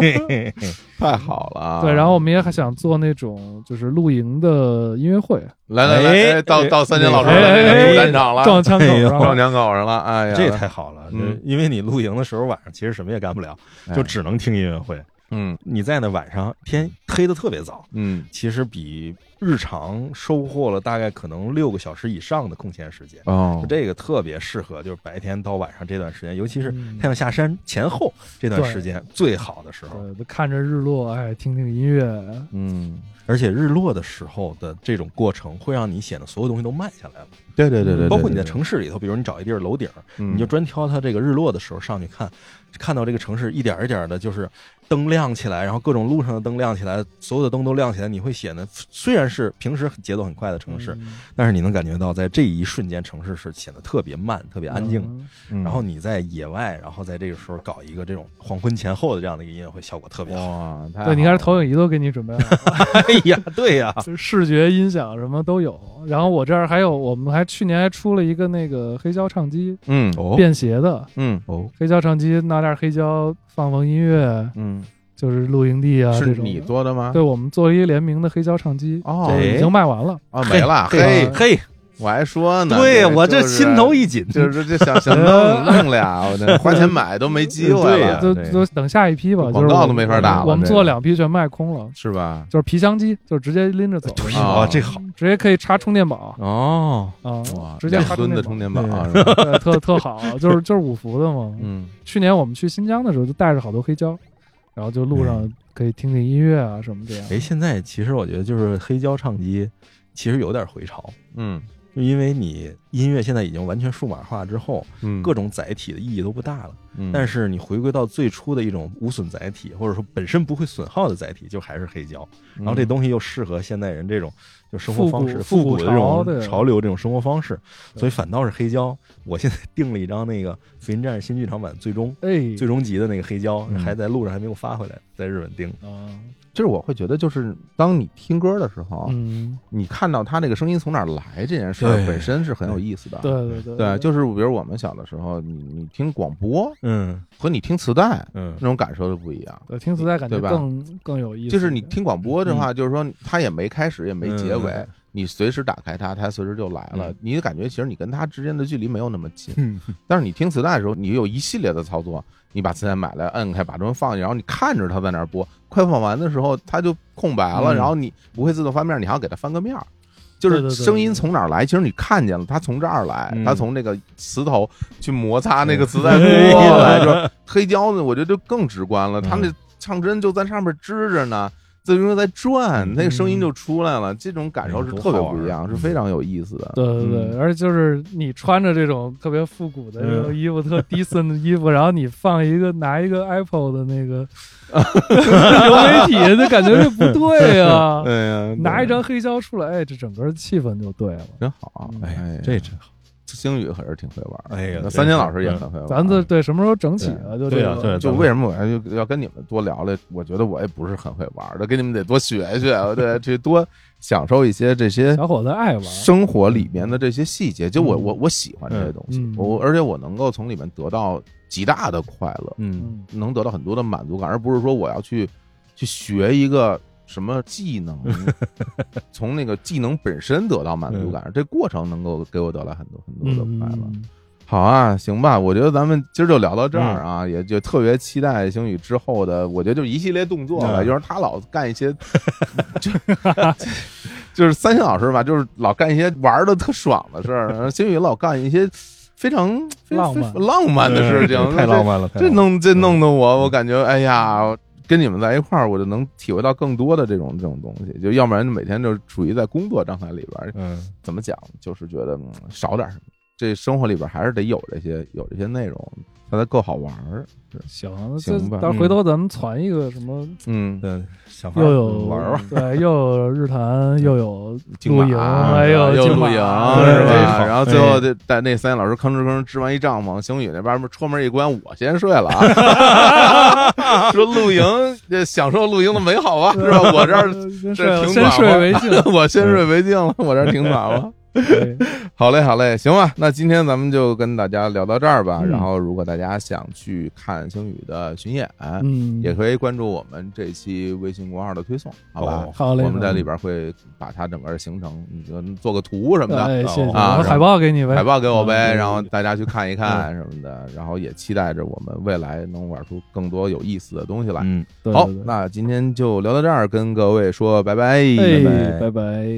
S3: 嘿嘿嘿
S2: 太好了啊！
S4: 对，然后我们也还想做那种就是露营的音乐会，
S2: 来来来，
S3: 哎
S2: 哎到
S3: 哎
S2: 到三金老师
S4: 哎
S2: 的那
S4: 哎
S2: 个
S4: 哎
S2: 主战场了，
S4: 撞枪口
S3: 哎呦
S4: 上
S2: 撞两口上了，哎呀，
S3: 这太好了，
S2: 嗯
S3: 就因为你露营的时候晚上其实什么也干不了，
S2: 哎
S3: 就只能听音乐会。
S2: 嗯
S3: 你在那晚上天黑的特别早，
S2: 嗯，
S3: 其实比日常收获了大概可能六个小时以上的空闲时间。
S2: 哦
S3: 嗯就，这个特别适合，就是白天到晚上这段时间，尤其是
S4: 嗯
S3: 太阳下山前后这段时间最好的时候。
S4: 对，看着日落，哎，听听音乐，
S2: 嗯，
S3: 而且日落的时候的这种过程，会让你显得所有东西都慢下来了，
S2: 对对对对，对
S3: 包括你在，城市里头，比如你找一地儿楼顶，
S2: 对对
S3: 你就专挑它这个日落的时候上去看，看到这个城市一点儿一点儿的，就是灯亮起来，然后各种路上的灯亮起来，所有的灯都亮起来，你会显得虽然是平时节奏很快的城市，
S4: 嗯
S3: 但是你能感觉到在这一瞬间，城市是显得特别慢、特别安静的。
S4: 嗯
S2: 嗯
S3: 然后你在野外，然后在这个时候搞一个这种黄昏前后的这样的一个音乐会，效果特别好。
S2: 哇，太
S4: 对，你看
S2: 好了
S4: 这投影仪都给你准备好 了，
S3: 哎呀，对呀，
S4: 就是视觉、音响什么都有。然后我这儿还有，我们还去年还出了一个那个黑胶唱机，
S2: 嗯
S3: 哦
S4: 便携的
S2: 嗯
S3: 哦，
S4: 黑胶唱机，拿点黑胶放放音乐，
S2: 嗯，
S4: 就是露营地啊这
S2: 是
S4: 种。
S2: 你做的吗？
S4: 对，我们做了一联名的黑胶唱机，
S2: 哦
S4: 这已经卖完了。
S2: 啊，没了，
S4: 嘿
S2: 嘿，
S3: 嘿，
S2: 我还说呢，
S3: 对
S2: 这
S3: 我这
S2: 就是
S3: 心头一紧，
S2: 就是这 想想弄弄俩，我这花钱买都没机会
S3: 对呀
S2: 了，
S4: 就
S3: 对
S4: 就等下一批吧，
S2: 广
S4: 就是
S2: 告
S4: 我
S2: 都没法打了
S4: 我们
S2: 这
S4: 做
S2: 个
S4: 两批全卖空了，
S2: 是吧？
S4: 就是皮箱机，就直接拎着走，
S3: 对
S2: 啊
S3: 哦，这好
S4: 直接可以插充电宝
S3: 哦，
S4: 啊
S2: 哇，，
S4: 直接
S2: 两
S4: 插
S2: 吨的充
S4: 充
S2: 电
S4: 电
S2: 宝
S3: 对
S2: 啊，是吧？
S4: 宝，对 特特好，就是就是五伏的嘛。
S2: 嗯，
S4: 去年我们去新疆的时候，就带着好多黑胶，然后就路上
S2: 嗯
S4: 可以听听音乐啊什么这样。
S3: 哎，现在其实我觉得就是黑胶唱机，其实有点回潮，
S2: 嗯
S3: 就因为你音乐现在已经完全数码化之后，
S2: 嗯，
S3: 各种载体的意义都不大了。
S2: 嗯，
S3: 但
S2: 是
S3: 是你回归到最初的一种无损载体，或者说本身不会损耗的载体，就还是黑胶。
S2: 嗯
S3: 然后这东西又适合现代人这种就生活方式、
S4: 复
S3: 复古
S4: 古
S3: 的这
S4: 复古
S3: 种
S4: 潮对
S3: 潮流、这种生活方式，
S4: 对
S3: 所以反倒是黑胶。我现在订了一张那个《福音战士》新剧场版最终
S4: 哎，
S3: 最终集的那个黑胶，
S2: 嗯
S3: 还在路上还没有发回来，在日本订的。
S4: 啊，
S2: 就是我会觉得，就是当你听歌的时候，
S4: 嗯，
S2: 你看到他这个声音从哪儿来这件事儿
S3: 对
S2: 本身是很有意思的。
S4: 对对对
S2: 对，啊就是比如我们小的时候，你你听广播
S3: 嗯
S2: 和你听磁带
S3: 嗯
S2: 那，种感受就不一样。
S4: 对听磁带感觉
S2: 对吧
S4: 更更有意思一点，嗯
S2: 就是你听广播的话，就是说它也没开始，也没结尾，
S3: 嗯
S2: 你随时打开它，它随时就来了。
S3: 嗯
S2: 你就感觉其实你跟它之间的距离没有那么近，但是你听磁带的时候，你有一系列的操作，你把磁带买来，摁开，把中间放进去，然后你看着它在那儿播，快放完的时候它就空白了，
S3: 嗯
S2: 然后你不会自动翻面，你还要给它翻个面儿。就
S4: 对
S2: 是
S4: 对对
S2: 声音从哪儿来？其实你看见了，它从这儿来，
S3: 嗯
S2: 它从那个磁头去摩擦那个磁 带
S3: 哎
S2: 锅
S3: 呀
S2: 来，就是黑胶呢，我觉得就更直观了，它
S3: 嗯
S2: 那唱针就在上面支着呢，自行车在转，那个声音就出来了，这种感受是特别不一样，
S3: 嗯
S2: 是非常有意思的。
S4: 对对
S2: 嗯
S4: 对，而且就是你穿着这种特别复古的这种衣服，特 decent 的衣服，然后你放一个拿一个 Apple 的 那个流媒体，就感觉这不 对啊。
S2: 哎呀，
S4: 拿一张黑胶出来，哎，这整个气氛就对了。
S2: 真好，
S3: 哎呀
S2: 哎，
S3: 这真好。
S2: 星宇还是挺会玩的。
S3: 哎呀
S2: 那
S3: 对
S2: 三金老师也很会玩。嗯
S4: 咱这对什么时候整起啊？就这
S3: 对啊
S4: 个
S3: 对啊
S2: 就为什么我要要跟你们多聊聊？我觉得我也不是很会玩的，跟你们得多学学，我得 去多享受一些这些
S4: 小伙子爱玩，
S2: 生活里面的这些细节。就我我我喜欢这些东西
S4: 嗯，
S2: 我而且我能够从里面得到极大的快乐。
S3: 嗯，
S4: 嗯，
S2: 能得到很多的满足感，而不是说我要去去学一个什么技 能，从那个技能本身得到满足感，这过程能够给我带来很多很多的快乐。
S4: 嗯
S2: 好啊，行吧，我觉得咱们今儿就聊到这儿啊，
S3: 嗯
S2: 也就特别期待星宇之后的，我觉得就一系列动作吧，
S3: 嗯
S2: 就是他老干一些， 就就是三星老师吧，就是老干一些玩的特爽的事儿，然后星宇老干一些非常非
S4: 浪漫
S2: 非浪漫的事情，
S3: 哎太
S2: 这
S3: 浪漫了，太
S2: 这
S3: 浪漫了
S2: 弄这
S3: 嗯
S2: 弄得我，我感觉哎呀，跟你们在一块儿，我就能体会到更多的这种这种东西。就要不然每天就处于在工作状态里边儿，
S3: 嗯
S2: 怎么讲，就是觉得、嗯少点儿什么。这生活里边还是得有这些有这些内容，它才够好玩儿。
S4: 行，这
S2: 行吧
S4: 到时候回头咱们传一个什么，
S2: 嗯，
S3: 嗯，想法
S4: 嗯又有
S3: 玩玩，
S4: 对，又有日坛，又有
S2: 竞马
S4: 露营，哎呦，
S2: 啊
S4: 啊
S2: 又
S4: 竞
S2: 露
S4: 马
S2: 营
S3: 对
S2: 是
S3: 这
S2: 吧？
S3: 好
S2: 然后最
S4: 哎
S2: 后这在那三个老师吭哧吭哧支完一帐篷，星宇那边戳门一关，我先睡了啊。
S3: 嗯
S2: 说露营，这享受露营的美好啊，是吧？我 这儿
S4: 呃
S2: 这
S4: 先睡
S2: 挺
S4: 先
S2: 暖
S4: 睡
S2: 和
S4: 为 敬。
S2: 我先睡为敬了，我这儿挺暖和。
S4: 对
S2: 好嘞，好嘞，行吧，那今天咱们就跟大家聊到这儿吧。
S4: 嗯
S2: 然后，如果大家想去看星宇的巡演，
S4: 嗯，
S2: 哎也可以关注我们这期微信公众号的推送，好吧？
S3: 哦
S4: 好嘞，
S2: 我们在
S4: 好嘞
S2: 里边会把它整个行程，你就做个图什么的，
S4: 哎，谢谢，
S2: 啊
S4: 我
S2: 是吧
S4: 海报给你呗，
S2: 海报给我呗，
S3: 嗯
S2: 然后大家去看一
S4: 嗯
S2: 看什么的。然后也期待着我们未来能玩出更多有意思的东西来。
S3: 嗯，
S4: 对，哎
S2: 好
S4: 对，对
S2: 那今天就聊到这儿，跟各位说拜拜，
S4: 哎，拜拜。